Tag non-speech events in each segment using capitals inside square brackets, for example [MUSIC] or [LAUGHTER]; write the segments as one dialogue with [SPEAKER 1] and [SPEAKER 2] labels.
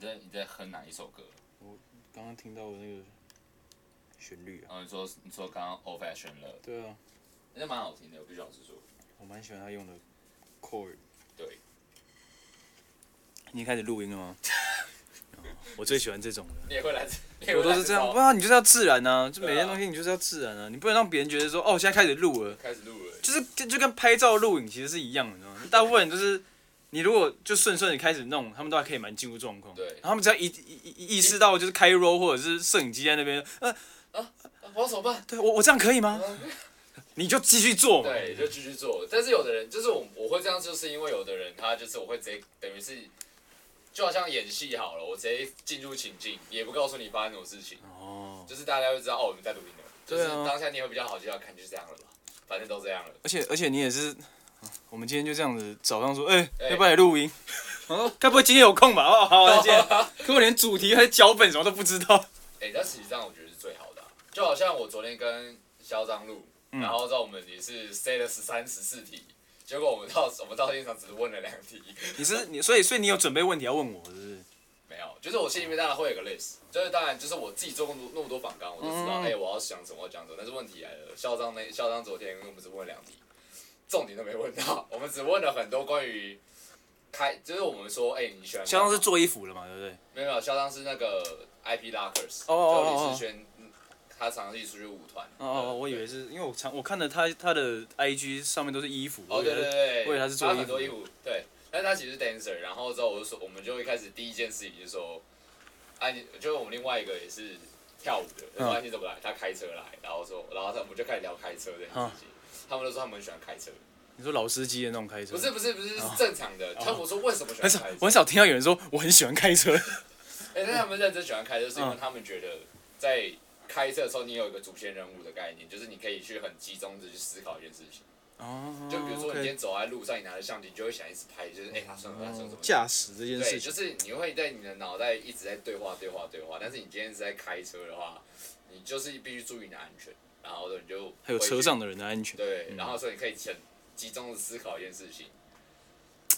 [SPEAKER 1] 在你在哼哪一首歌？
[SPEAKER 2] 刚刚听到我那个旋律啊，
[SPEAKER 1] 然后你说你说刚刚 old fashion 了，
[SPEAKER 2] 对啊，
[SPEAKER 1] 那蛮好听的，我必须老实说。
[SPEAKER 2] 我蛮喜欢他用的 chord。
[SPEAKER 1] 对，
[SPEAKER 2] 你已经开始录音了吗？ [LAUGHS] 我最喜欢这种的，哎
[SPEAKER 1] 你也会来自，你也
[SPEAKER 2] [LAUGHS] 我
[SPEAKER 1] 会
[SPEAKER 2] 都
[SPEAKER 1] 来
[SPEAKER 2] 是
[SPEAKER 1] 自
[SPEAKER 2] 这样，
[SPEAKER 1] 找
[SPEAKER 2] 不然你就是要自然啊，就
[SPEAKER 1] 对啊
[SPEAKER 2] 每件东西你就是要自然啊，你不能让别人觉得说哦，现在开始录了，
[SPEAKER 1] 开始录了。
[SPEAKER 2] 就是跟就跟拍照录影其实是一样的，你知道吗？大部分人就是你如果就顺顺的开始弄，他们都还可以蛮进入状况，
[SPEAKER 1] 对
[SPEAKER 2] 然后他们只要一一一意识到就是开 roll 或者是摄影机在那边，呃，
[SPEAKER 1] 啊我要怎么办？
[SPEAKER 2] 对我我这样可以吗？你就继续做嘛，
[SPEAKER 1] 对，就继续做。但是有的人就是我，我会这样，就是因为有的人他就是我会直接等于是，就好像演戏好了，我直接进入情境，也不告诉你发生什么事情，
[SPEAKER 2] 哦，
[SPEAKER 1] 就是大家会知道哦，我们在录音了。就是
[SPEAKER 2] 对啊
[SPEAKER 1] 当下你也会比较好，就要看就这样了吧，反正都这样了。
[SPEAKER 2] 而且而且你也是，我们今天就这样子早上说，哎、
[SPEAKER 1] 哎
[SPEAKER 2] 要不要来录 [LAUGHS] 音？然后该不会今天有空吧？哦，好， [LAUGHS] 再见。可我连主题还是脚本什么都不知道。
[SPEAKER 1] 哎、那实际上我觉得是最好的啊、就好像我昨天跟嚣张录，
[SPEAKER 2] 嗯
[SPEAKER 1] 然后在我们也是 say 了十三、十四题，结果我们到我们到现场只问了两题，
[SPEAKER 2] 你是你，所以所以你有准备问题要问我，是不是？
[SPEAKER 1] 没有，就是我心里面当然会有个 list，就是当然就是我自己做过那么多访纲，我就知道哎、
[SPEAKER 2] 嗯
[SPEAKER 1] 我要想什么，我要讲什么。但是问题来了，嚣张那嚣张昨天我们只问了两题，重点都没问到，我们只问了很多关于开，就是我们说哎、你喜欢干嘛，
[SPEAKER 2] 相当是做衣服了嘛，对不对？
[SPEAKER 1] 没有没有，嚣张是那个 IP Lockers，就
[SPEAKER 2] 哦哦哦哦
[SPEAKER 1] 李世轩，嗯他常常一起出去舞团，
[SPEAKER 2] 哦哦，我以为是因为我常我看了他他的 IG 上面都是衣服，
[SPEAKER 1] 哦，
[SPEAKER 2] 我以
[SPEAKER 1] 对
[SPEAKER 2] 为
[SPEAKER 1] 对对，
[SPEAKER 2] 我以为他是做衣服
[SPEAKER 1] 很多衣服，对，但是他其实是 dancer，然后之后我就说，我们就一开始第一件事情就说，哎、啊，你就是我们另外一个也是跳舞的，
[SPEAKER 2] 嗯
[SPEAKER 1] 然后你怎么来？他开车来，然后说，然后他我们就开始聊开车这件事情，
[SPEAKER 2] 嗯
[SPEAKER 1] 他们都说他们很喜欢开车，
[SPEAKER 2] 你说老司机的那种开车，
[SPEAKER 1] 不是不是不是是
[SPEAKER 2] 哦
[SPEAKER 1] 正常的，他们说为什么喜欢
[SPEAKER 2] 很少
[SPEAKER 1] 开车
[SPEAKER 2] 我？很少听到有人说我很喜欢开车。
[SPEAKER 1] 哎、但他们认真喜欢开车，是因为
[SPEAKER 2] 嗯
[SPEAKER 1] 他们觉得在开车的时候，你有一个主线任务的概念，就是你可以去很集中的去思考一件事情。
[SPEAKER 2] 哦，
[SPEAKER 1] 就比如说你今
[SPEAKER 2] OK
[SPEAKER 1] 天走在路上，你拿着相机，你就会想一直拍，就是哎、
[SPEAKER 2] 啊
[SPEAKER 1] 他算了，他算什么？
[SPEAKER 2] 哦驾驶这件
[SPEAKER 1] 对，
[SPEAKER 2] 事
[SPEAKER 1] 就
[SPEAKER 2] 情，
[SPEAKER 1] 是你会在你的脑袋一直在对话、对话、对话，但是你今天是在开车的话，你就是必须注意你的安全，然后你就
[SPEAKER 2] 还有
[SPEAKER 1] 回去
[SPEAKER 2] 车上嗯的人的安全。
[SPEAKER 1] 对，然后所以你可以很集中的思考一件事情，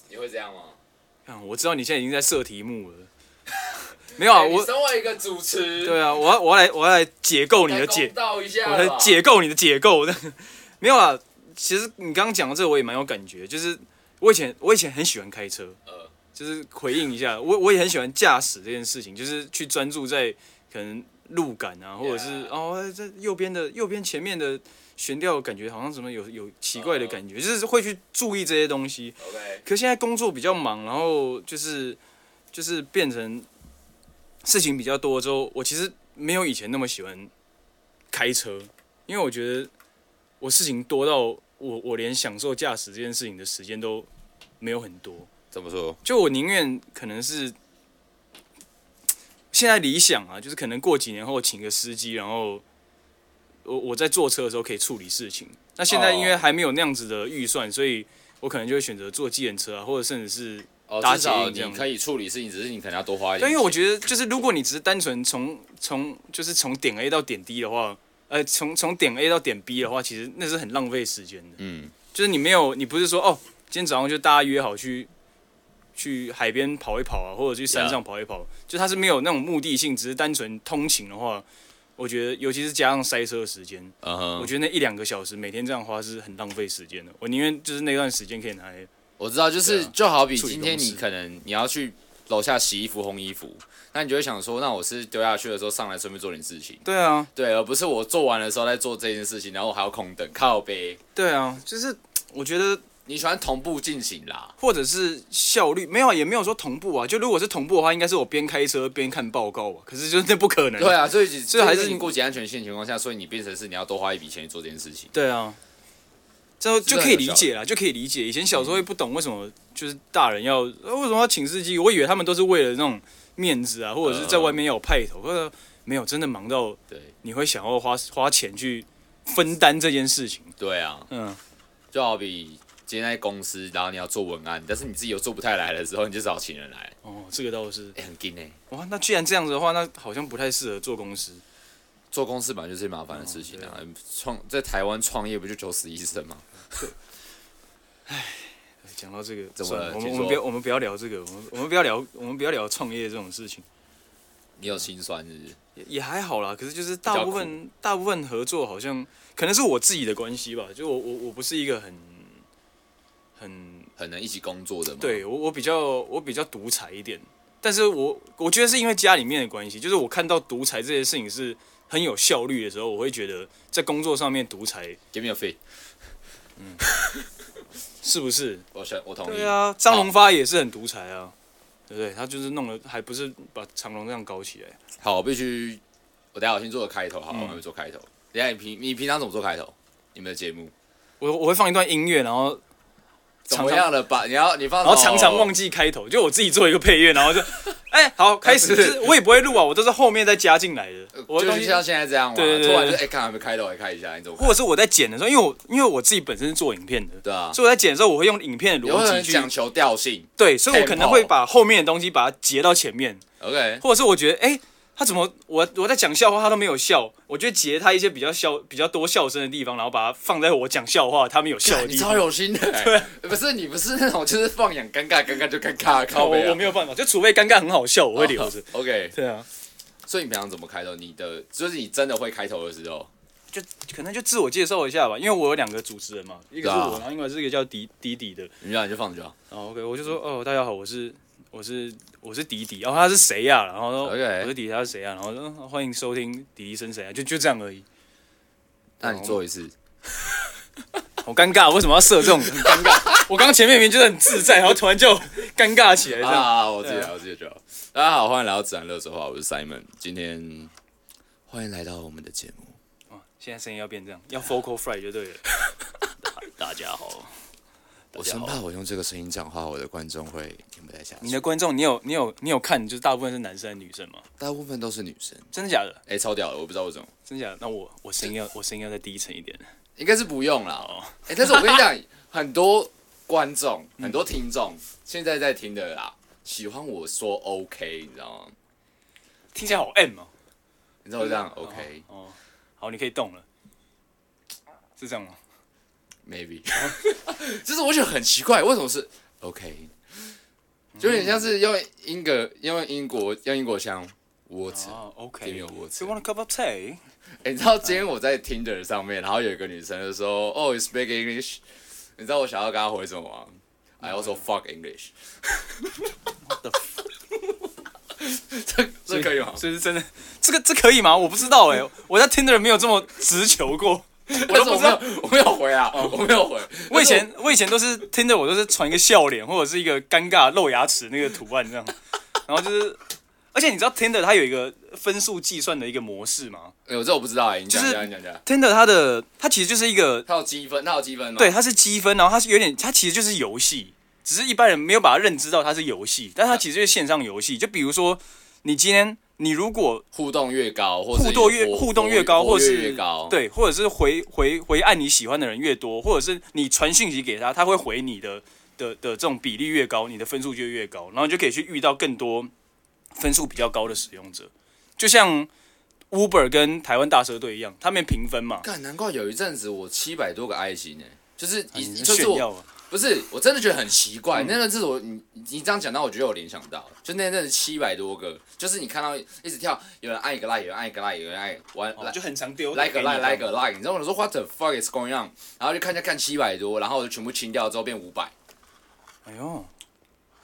[SPEAKER 1] 你会这样吗？
[SPEAKER 2] 看，啊我知道你现在已经在设题目了。没有啊，
[SPEAKER 1] 哎你
[SPEAKER 2] 我
[SPEAKER 1] 身为一个主持，
[SPEAKER 2] 对啊，我要我要来我要来解构你
[SPEAKER 1] 来
[SPEAKER 2] 的
[SPEAKER 1] 公
[SPEAKER 2] 解，
[SPEAKER 1] 道一下
[SPEAKER 2] 我
[SPEAKER 1] 吧
[SPEAKER 2] 来解构你的 [LAUGHS] 解构。没有啦，其实你刚刚讲的这个我也蛮有感觉，就是我以前我以前很喜欢开车，
[SPEAKER 1] 呃，
[SPEAKER 2] 就是回应一下，我我也很喜欢驾驶这件事情，就是去专注在可能路感啊，或者是
[SPEAKER 1] Yeah
[SPEAKER 2] 哦这右边的右边前面的悬吊感觉好像怎么有有奇怪的感觉，就是会去注意这些东西。
[SPEAKER 1] ，OK，
[SPEAKER 2] 可现在工作比较忙，然后就是就是变成事情比较多之后，我其实没有以前那么喜欢开车，因为我觉得我事情多到我我连享受驾驶这件事情的时间都没有很多，
[SPEAKER 1] 怎么说？
[SPEAKER 2] 就我宁愿可能是现在理想啊，就是可能过几年后请个司机，然后我我在坐车的时候可以处理事情。那现在因为
[SPEAKER 1] 哦
[SPEAKER 2] 还没有那样子的预算，所以我可能就会选择坐计程车啊，或者甚至是
[SPEAKER 1] 哦
[SPEAKER 2] 搭至捷少运这样你可
[SPEAKER 1] 以处理事情，只是你可能要多花一
[SPEAKER 2] 对，因为我觉得就是如果你只是单纯从从就是从点 A 到点 D 的话，呃，从从点 A 到点 B 的话，其实那是很浪费时间的。
[SPEAKER 1] 嗯，
[SPEAKER 2] 就是你没有，你不是说哦，今天早上就大家约好去去海边跑一跑啊，或者去山
[SPEAKER 1] Yeah
[SPEAKER 2] 上跑一跑就它是没有那种目的性，只是单纯通勤的话，我觉得尤其是加上塞车的时间，
[SPEAKER 1] 嗯哼
[SPEAKER 2] 我觉得那一两个小时每天这样花是很浪费时间的。我宁愿就是那段时间可以拿来，
[SPEAKER 1] 我知道，就是、
[SPEAKER 2] 对啊
[SPEAKER 1] 就好比
[SPEAKER 2] 处理
[SPEAKER 1] 今天
[SPEAKER 2] 公
[SPEAKER 1] 你
[SPEAKER 2] 事
[SPEAKER 1] 可能你要去楼下洗衣服、烘衣服，那你就会想说，那我是丢下去的时候上来顺便做点事情，
[SPEAKER 2] 对啊，
[SPEAKER 1] 对，而不是我做完的时候再做这件事情，然后我还要空等靠背。
[SPEAKER 2] 对啊，就是我觉得
[SPEAKER 1] 你喜欢同步进行啦，
[SPEAKER 2] 或者是效率没有啊，也没有说同步啊。就如果是同步的话，应该是我边开车边看报告吧。啊可是就是那不可能。
[SPEAKER 1] 对啊，所以所
[SPEAKER 2] 嗯以还是
[SPEAKER 1] 你顾及安全性的情况下，所以你变成是你要多花一笔钱去做这件事情。
[SPEAKER 2] 对啊，这就可以理解
[SPEAKER 1] 啊
[SPEAKER 2] 啦，就可以理解。以前小时候会不懂为什么就是大人要、呃为什么要请司机，我以为他们都是为了那种面子啊，或者是在外面要有派
[SPEAKER 1] 嗯
[SPEAKER 2] 头，或者没有真的忙到
[SPEAKER 1] 对
[SPEAKER 2] 你会想要花花钱去分担这件事情。
[SPEAKER 1] 对啊，
[SPEAKER 2] 嗯，
[SPEAKER 1] 就好比今天在公司，然后你要做文案，但是你自己又做不太来的时候，你就找请人来，
[SPEAKER 2] 哦，这个倒是
[SPEAKER 1] 哎、很劲哎、
[SPEAKER 2] 哇。那既然这样子的话，那好像不太适合做公司。
[SPEAKER 1] 做公司本来就是麻烦的事
[SPEAKER 2] 哦
[SPEAKER 1] 情
[SPEAKER 2] 啊
[SPEAKER 1] 嗯啊，创、在台湾创业不就九死一生吗？
[SPEAKER 2] 讲到这个，
[SPEAKER 1] 怎么
[SPEAKER 2] 算
[SPEAKER 1] 了
[SPEAKER 2] 我们
[SPEAKER 1] 请
[SPEAKER 2] 我们
[SPEAKER 1] 说
[SPEAKER 2] 不要我们不要聊这个，我们我们不要聊我们不要聊创业这种事情，
[SPEAKER 1] 你有心酸是不是？
[SPEAKER 2] 也也还好啦。可是就是
[SPEAKER 1] 比
[SPEAKER 2] 大
[SPEAKER 1] 较
[SPEAKER 2] 部分大部分合作好像可能是我自己的关系吧，就我我我不是一个很很
[SPEAKER 1] 很能一起工作的吗？，
[SPEAKER 2] 对我我比较我比较独裁一点，但是我我觉得是因为家里面的关系，就是我看到独裁这些事情是很有效率的时候，我会觉得在工作上面独裁
[SPEAKER 1] give me a fit，
[SPEAKER 2] 是不是？
[SPEAKER 1] 我选我同意。
[SPEAKER 2] 对啊，张荣发也是很独裁啊，对不对？他就是弄了，还不是把长隆这样搞起来。
[SPEAKER 1] 好，我必须，我等一下我先做个开头，好，
[SPEAKER 2] 嗯
[SPEAKER 1] 我们做开头。等一下你平你平常怎么做开头？你们的节目
[SPEAKER 2] 我我会放一段音乐，然后哦
[SPEAKER 1] 怎
[SPEAKER 2] 常
[SPEAKER 1] 么样了吧？你要你放，
[SPEAKER 2] 然后常常忘记开头，就我自己做一个配乐，然后就哎、好开始， [LAUGHS] 就是我也不会录啊，我都是后面再加进来的。我
[SPEAKER 1] 呃就
[SPEAKER 2] 的东
[SPEAKER 1] 是
[SPEAKER 2] 西
[SPEAKER 1] 像现在这样嘛，
[SPEAKER 2] 对对对
[SPEAKER 1] 突然
[SPEAKER 2] 对
[SPEAKER 1] 就哎，看还没开头，来看一下，你怎么看？
[SPEAKER 2] 或者是我在剪的时候，因为我因为我自己本身是做影片的，
[SPEAKER 1] 对啊，
[SPEAKER 2] 所以我在剪的时候，我会用影片的
[SPEAKER 1] 有
[SPEAKER 2] 逻
[SPEAKER 1] 很
[SPEAKER 2] 辑去
[SPEAKER 1] 讲求调性
[SPEAKER 2] 对，所以我可能
[SPEAKER 1] tempo
[SPEAKER 2] 会把后面的东西把它截到前面，
[SPEAKER 1] ，OK，
[SPEAKER 2] 或者是我觉得哎、他怎么我我在讲笑话他都没有笑，我就截他一些比较笑比较多笑声的地方，然后把它放在我讲笑话他们有笑的
[SPEAKER 1] 你
[SPEAKER 2] 地
[SPEAKER 1] 超
[SPEAKER 2] 方。
[SPEAKER 1] 有
[SPEAKER 2] [LAUGHS]
[SPEAKER 1] 心的、对，
[SPEAKER 2] 啊
[SPEAKER 1] 不是你不是那种就是放养尴尬，尴尬就尴尬，
[SPEAKER 2] 好
[SPEAKER 1] 靠
[SPEAKER 2] 我
[SPEAKER 1] 背、啊、哦
[SPEAKER 2] 我没有办法，就除非尴尬很好笑，我会留着。
[SPEAKER 1] o k
[SPEAKER 2] 对啊，
[SPEAKER 1] 所以你平常怎么开头？你的就是你真的会开头的时候，
[SPEAKER 2] 就可能就自我介绍一下吧，因为我有两个主持人嘛，一个是
[SPEAKER 1] 对啊
[SPEAKER 2] 我，然后另外是一个叫迪迪迪的。
[SPEAKER 1] 你让你就放着就好。
[SPEAKER 2] 然后 OK，我就说哦，大家好，我是我是我是迪迪，然哦后他是谁呀、然后说
[SPEAKER 1] OK
[SPEAKER 2] 我是迪迪，他是谁呀、然后说嗯欢迎收听迪迪生谁啊，就就这样而已。
[SPEAKER 1] 那你做一次，
[SPEAKER 2] 好尴尬，为什么要设这种很尴尬？我刚前面明明就是很自在，然后突然就尴尬起来这样。
[SPEAKER 1] 啊，我记
[SPEAKER 2] 对
[SPEAKER 1] 得，我记得就好。大家好，欢迎来到自然乐色话，我是 Simon，今天欢迎来到我们的节目。
[SPEAKER 2] 现在声音要变这样，要 focal fry 就对了。大大家好，
[SPEAKER 1] 我生怕我用这个声音讲话，我的观众会听不太下
[SPEAKER 2] 你
[SPEAKER 1] 去
[SPEAKER 2] 的。观众，你有你有你有看，就是大部分是男生还是女生吗？
[SPEAKER 1] 大部分都是女生，
[SPEAKER 2] 真的假的？
[SPEAKER 1] 哎、超屌的，我不知道为什么，
[SPEAKER 2] 真的假的？那我我声音要我声音要再低沉一点。
[SPEAKER 1] 应该是不用啦。哎、但是我跟你 [LAUGHS] 讲，很多观众、很多听众、现在在听的啦，喜欢我说 OK，你知道吗？
[SPEAKER 2] 听起来好 M 哦。
[SPEAKER 1] 你知道我这样 OK，maybe、
[SPEAKER 2] 哦，好，你可以动了。是这样吗？
[SPEAKER 1] [LAUGHS] 就是我觉得很奇怪，为什么是 OK？就有点像是用英格，用英国，用英国腔。我操！
[SPEAKER 2] 哦，OK。
[SPEAKER 1] 这边有我
[SPEAKER 2] You want a cup of tea？
[SPEAKER 1] 哎、你知道今天我在 Tinder 上面，然后有一个女生就说：“哦、oh,，you speak English？” 你知道我想要跟她回什么吗？I also fuck English。
[SPEAKER 2] the
[SPEAKER 1] [LAUGHS] 这这可以吗？
[SPEAKER 2] 所以是真的，这个这可以吗？我不知道哎、我在 Tinder 没有这么直球过。
[SPEAKER 1] 我都不知道，我没有回啊，我没有回。
[SPEAKER 2] 我以前我以前都是 Tinder，我都是传一个笑脸或者是一个尴尬露牙齿那个图案这样，然后就是，而且你知道 Tinder 它有一个分数计算的一个模式吗
[SPEAKER 1] 哎，我这我不知道哎，你讲
[SPEAKER 2] 就是
[SPEAKER 1] 一下，你讲一下。
[SPEAKER 2] ？Tinder 它的它其实就是一个
[SPEAKER 1] 他有积分，他有积分吗？
[SPEAKER 2] 对，，它是积分，然后它是有点，它其实就是游戏，只是一般人没有把它认知到它是游戏，但它其实就是线上游戏。就比如说，你今天你如果
[SPEAKER 1] 互动越高，或是
[SPEAKER 2] 互动越
[SPEAKER 1] 活
[SPEAKER 2] 互动越高，
[SPEAKER 1] 活
[SPEAKER 2] 或
[SPEAKER 1] 跃
[SPEAKER 2] 是
[SPEAKER 1] 越高，，
[SPEAKER 2] 对，或者是回回回按你喜欢的人越多，或者是你传讯息给他，他会回你的的的这种比例越高，你的分数就越高，然后你就可以去遇到更多分数比较高的使用者，就像 Uber 跟台湾大车队一样，他们评分嘛，
[SPEAKER 1] 干难怪有一阵子我七百多个爱心呢，就是
[SPEAKER 2] 啊你
[SPEAKER 1] 一
[SPEAKER 2] 是
[SPEAKER 1] 就是
[SPEAKER 2] 炫
[SPEAKER 1] 我
[SPEAKER 2] 耀嗯啊，
[SPEAKER 1] 不是，我真的觉得很奇怪。那阵子我你你这样讲到，我觉得我联想到，就那阵子七百多个，就是你看到一直跳，有人按一个 like，有人按一个 like，有人按完
[SPEAKER 2] 哦就很常丢
[SPEAKER 1] like
[SPEAKER 2] 给
[SPEAKER 1] a
[SPEAKER 2] 你这
[SPEAKER 1] like
[SPEAKER 2] 样
[SPEAKER 1] like a like，你知道我说 what the fuck is going on？然后就看一下看七百多，然后我就全部清掉之后变五百，
[SPEAKER 2] 哎呦。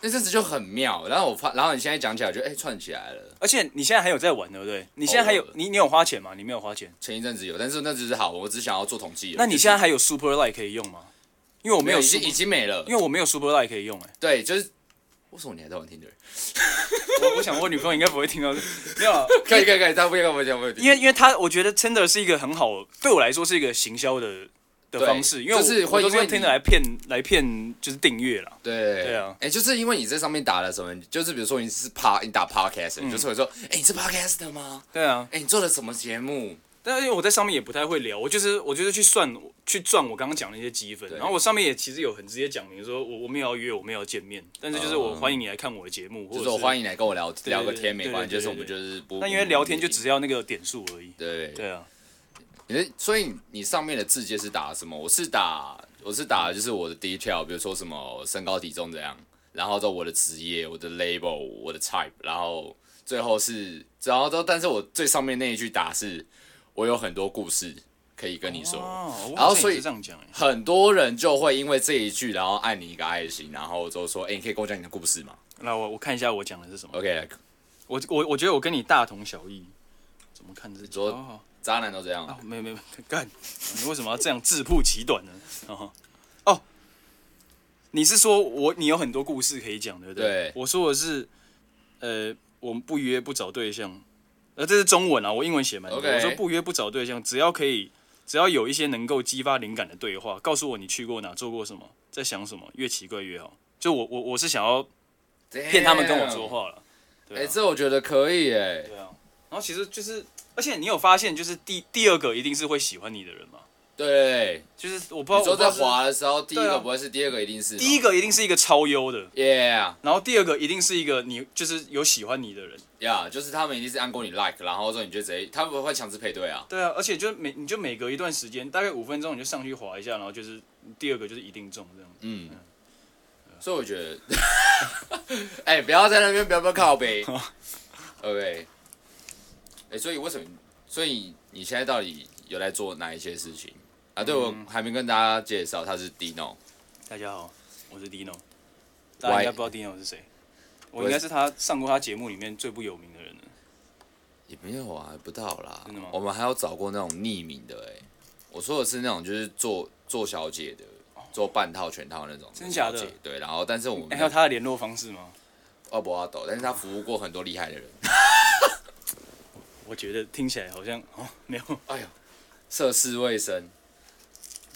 [SPEAKER 1] 那阵子就很妙。然后我发，然后你现在讲起来就，哎串起来了。
[SPEAKER 2] 而且你现在还有在玩，对不对？你现在哦还有、
[SPEAKER 1] 偶尔
[SPEAKER 2] 你你有花钱吗？你没有花钱，
[SPEAKER 1] 前一阵子有，但是那只是好，我只想要做统计而已。
[SPEAKER 2] 那你现在
[SPEAKER 1] 就是
[SPEAKER 2] 还有 Super Like 可以用吗？因为我
[SPEAKER 1] 没
[SPEAKER 2] 没
[SPEAKER 1] 有
[SPEAKER 2] 有
[SPEAKER 1] 已经
[SPEAKER 2] Super，
[SPEAKER 1] 已经没了？
[SPEAKER 2] 因为我没有 Super Like 可以用哎、
[SPEAKER 1] 对，就是为什么你还在玩 Tinder？ [LAUGHS]
[SPEAKER 2] 我 [LAUGHS] 我想我女朋友应该不会听到这， [LAUGHS] 没有啊，
[SPEAKER 1] 可以可以可以，他不要跟我讲，我有听
[SPEAKER 2] 因为因为她我觉得 Tinder 是一个很好，对我来说是一个行销的的
[SPEAKER 1] 对
[SPEAKER 2] 方式，因为我
[SPEAKER 1] 就是
[SPEAKER 2] 我
[SPEAKER 1] 会
[SPEAKER 2] 都是用
[SPEAKER 1] 因为你
[SPEAKER 2] Tinder 来骗来骗就是订阅啦。
[SPEAKER 1] 对
[SPEAKER 2] 对啊
[SPEAKER 1] 哎、就是因为你在上面打了什么，就是比如说你是 p 你打 podcast，、就是
[SPEAKER 2] 嗯
[SPEAKER 1] 会说，哎、你是 podcast 吗？
[SPEAKER 2] 对啊，
[SPEAKER 1] 哎、你做了什么节目？
[SPEAKER 2] 但是因为我在上面也不太会聊，我就是我就是去算去赚我刚刚讲的那些积分，
[SPEAKER 1] 对
[SPEAKER 2] 然后我上面也其实有很直接讲明说我我没有要约，我没有要见面，但是就是我
[SPEAKER 1] 嗯
[SPEAKER 2] 欢迎你来看哦我的节目，或
[SPEAKER 1] 就
[SPEAKER 2] 者
[SPEAKER 1] 是我欢迎你来跟我聊
[SPEAKER 2] 对
[SPEAKER 1] 聊个天，
[SPEAKER 2] 对
[SPEAKER 1] 没关系，
[SPEAKER 2] 对
[SPEAKER 1] 就
[SPEAKER 2] 对
[SPEAKER 1] 是我们
[SPEAKER 2] 对
[SPEAKER 1] 就是不。
[SPEAKER 2] 那因为聊天就只要那个点数而已。
[SPEAKER 1] 对，
[SPEAKER 2] 对啊，
[SPEAKER 1] 你的所以你上面的字界是打什么？我是打我是打的就是我的 detail，比如说什么身高体重这样，然后之后我的职业、我的 label、我的 type，然后最后是，然后之后但是我最上面那一句打是，我有很多故事可以跟你说。
[SPEAKER 2] 哦
[SPEAKER 1] 然后所以
[SPEAKER 2] 我好像也是这样讲哎，
[SPEAKER 1] 很多人就会因为这一句，然后按你一个爱心，然后就说：“哎、你可以跟我讲你的故事吗
[SPEAKER 2] 那我我看一下我讲的是什么。
[SPEAKER 1] ？”OK，
[SPEAKER 2] 我我我觉得我跟你大同小异，怎么看这集？
[SPEAKER 1] 说
[SPEAKER 2] 哦
[SPEAKER 1] 渣男都这样。
[SPEAKER 2] 啊，没有没有， [LAUGHS] 干，你为什么要这样自曝其短呢？哦哦，你是说我你有很多故事可以讲，对不对？
[SPEAKER 1] 对
[SPEAKER 2] 我说的是，呃，我们不约不找对象，呃，这是中文啊，我英文写蛮多。
[SPEAKER 1] OK
[SPEAKER 2] 我说不约不找对象，只要可以，只要有一些能够激发灵感的对话，告诉我你去过哪，做过什么，在想什么，越奇怪越好。就我我我是想要骗他们跟我说。话了，
[SPEAKER 1] 哎、
[SPEAKER 2] 对啊
[SPEAKER 1] 这我觉得可以哎、
[SPEAKER 2] 对啊。然后其实就是，而且你有发现，就是第第二个一定是会喜欢你的人嘛。
[SPEAKER 1] 对，
[SPEAKER 2] 就是我不知道，
[SPEAKER 1] 你说
[SPEAKER 2] 哦我不知道
[SPEAKER 1] 在
[SPEAKER 2] 是
[SPEAKER 1] 滑的时候，第一
[SPEAKER 2] 对啊
[SPEAKER 1] 个不会是，第二个一定是
[SPEAKER 2] 第一
[SPEAKER 1] 个
[SPEAKER 2] 个一定是一个超优的，
[SPEAKER 1] ，Yeah
[SPEAKER 2] 然后第二个一定是一个你就是有喜欢你的人，
[SPEAKER 1] Yeah，就是他们一定是按过你 like，然后之后你就直接，他们会强制配对啊。
[SPEAKER 2] 对啊，而且就每你就每隔一段时间，大概五分钟你就上去滑一下，然后就是第二个就是一定中这样子。
[SPEAKER 1] 嗯，所以我觉得， [LAUGHS] 哎、不要在那边不要不要靠
[SPEAKER 2] [LAUGHS]
[SPEAKER 1] 背
[SPEAKER 2] 哦
[SPEAKER 1] ，OK。哎、所以为什么？所以你现在到底有在做哪一些事情啊？对，
[SPEAKER 2] 嗯
[SPEAKER 1] 我还没跟大家介绍，他是 Dino，
[SPEAKER 2] 大家好，我是 Dino，大家应该
[SPEAKER 1] Why-
[SPEAKER 2] 不知道 Dino 是谁，我
[SPEAKER 1] 我
[SPEAKER 2] 应该
[SPEAKER 1] 是
[SPEAKER 2] 是他上过他节目里面最不有名的人了。
[SPEAKER 1] 也没有啊，不到啦。
[SPEAKER 2] 真的吗
[SPEAKER 1] 我们还有找过那种匿名的、哎，我说的是那种就是做做小姐的，做半套全套那种。
[SPEAKER 2] 哦真假的
[SPEAKER 1] 小姐？对，然后但是我们
[SPEAKER 2] 哎、还有他的联络方式吗？
[SPEAKER 1] 奥哦博阿斗，但是他服务过很多厉害的人。
[SPEAKER 2] 我觉得听起来好像哦没有，
[SPEAKER 1] 哎呦，涉世未深。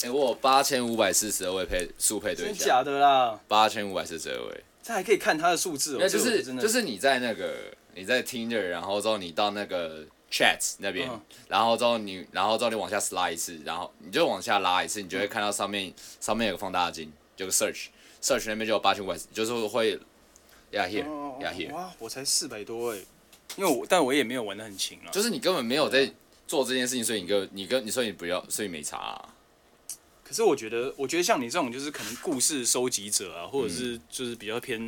[SPEAKER 1] 哎、我有八千五百四十二位配速配对
[SPEAKER 2] 真
[SPEAKER 1] 象，
[SPEAKER 2] 假的啦，
[SPEAKER 1] 八千五百四十二位。
[SPEAKER 2] 这还可以看他的数字哦，
[SPEAKER 1] 那就
[SPEAKER 2] 这个
[SPEAKER 1] 是
[SPEAKER 2] 我真的
[SPEAKER 1] 就是你在那个你在 Tinder，然后之后你到那个 Chat 那边，
[SPEAKER 2] 嗯
[SPEAKER 1] 然后之后你然后之后你往下 slide 一次，然后你就往下拉一次，你就会看到上面、上面有个放大镜，有个 search search 那边就有八千五百，就是会 yeah here
[SPEAKER 2] 哦
[SPEAKER 1] yeah here，、
[SPEAKER 2] 哇，我才四百多哎，因为我但我也没有玩的很勤啊，
[SPEAKER 1] 就是你根本没有在做这件事情，所以你跟你跟你说你不要，所以没查、啊。
[SPEAKER 2] 可是我觉得，我觉得像你这种就是可能故事收集者啊，或者是就是比较偏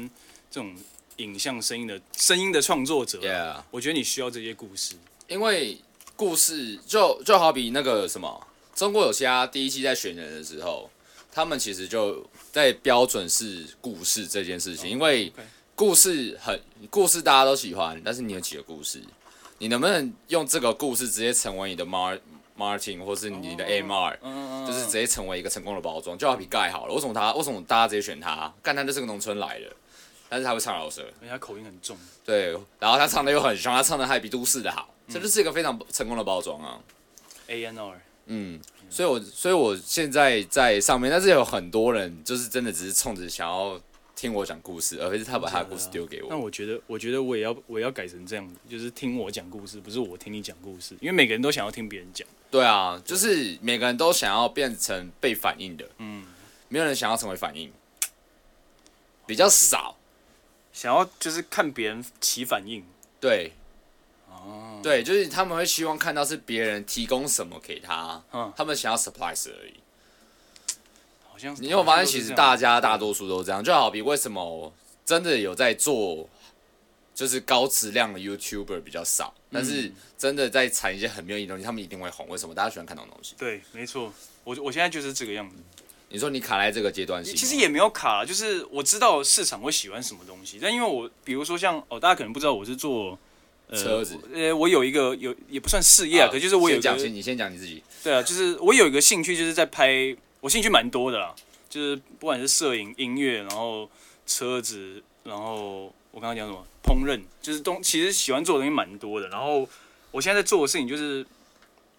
[SPEAKER 2] 这种影像声音的声音的创作者啊、
[SPEAKER 1] Yeah。
[SPEAKER 2] 我觉得你需要这些故事。
[SPEAKER 1] 因为故事就就好比那个什么《中国有嘻哈》第一季在选人的时候，他们其实就在标准是故事这件事情，因为
[SPEAKER 2] 哦 OK
[SPEAKER 1] 故事很故事大家都喜欢，但是你有几个故事，你能不能用这个故事直接成为你的 mar marketing 或是你的
[SPEAKER 2] 哦
[SPEAKER 1] MR？、
[SPEAKER 2] 嗯
[SPEAKER 1] 就是直接成为一个成功的包装，就好比盖好了。为什么他为什么大家直接选他？干他就是个农村来的，但是他会唱饶舌，
[SPEAKER 2] 人家口音很重，
[SPEAKER 1] 对，然后他唱的又很凶，他唱的还比都市的好，这就是一个非常成功的包装啊。
[SPEAKER 2] A N R
[SPEAKER 1] 嗯，所以我所以我现在在上面，但是有很多人就是真的只是冲着想要听我讲故事，而非是他把他的故事丢给
[SPEAKER 2] 那
[SPEAKER 1] 我。
[SPEAKER 2] 我觉得，我觉得我也要，我也要改成这样子，就是听我讲故事，不是我听你讲故事，因为每个人都想要听别人讲。
[SPEAKER 1] 对啊，就是每个人都想要变成被反应的，嗯，没有人想要成为反应，比较少。
[SPEAKER 2] 想要就是看别人起反应，
[SPEAKER 1] 对，哦，对，就是他们会希望看到是别人提供什么给他，
[SPEAKER 2] 嗯
[SPEAKER 1] 他们想要 surprise 而已。
[SPEAKER 2] 好像
[SPEAKER 1] 你有发现，其实大
[SPEAKER 2] 家
[SPEAKER 1] 家大多数都这样，就好比为什么真的有在做，就是高质量的 YouTuber 比较少，
[SPEAKER 2] 嗯
[SPEAKER 1] 但是真的在产一些很没有意义的东西，他们一定会红。为什么？大家喜欢看这种东西。
[SPEAKER 2] 对，没错，我我现在就是这个样子。
[SPEAKER 1] 你说你卡在这个阶段性吗，
[SPEAKER 2] 其实也没有卡啦，就是我知道市场会喜欢什么东西，但因为我比如说像哦，大家可能不知道我是做、呃、
[SPEAKER 1] 车子
[SPEAKER 2] 我呃，我有一个有也不算事业啊，可就是我有一
[SPEAKER 1] 先讲，
[SPEAKER 2] 个
[SPEAKER 1] 先你先讲你自己。
[SPEAKER 2] 对啊，就是我有一个兴趣就是在拍，我兴趣蛮多的啦，就是不管是摄影、音乐，然后车子，然后我刚刚讲什么烹饪，就是东其实喜欢做的东西蛮多的。然后我现在在做的事情就是，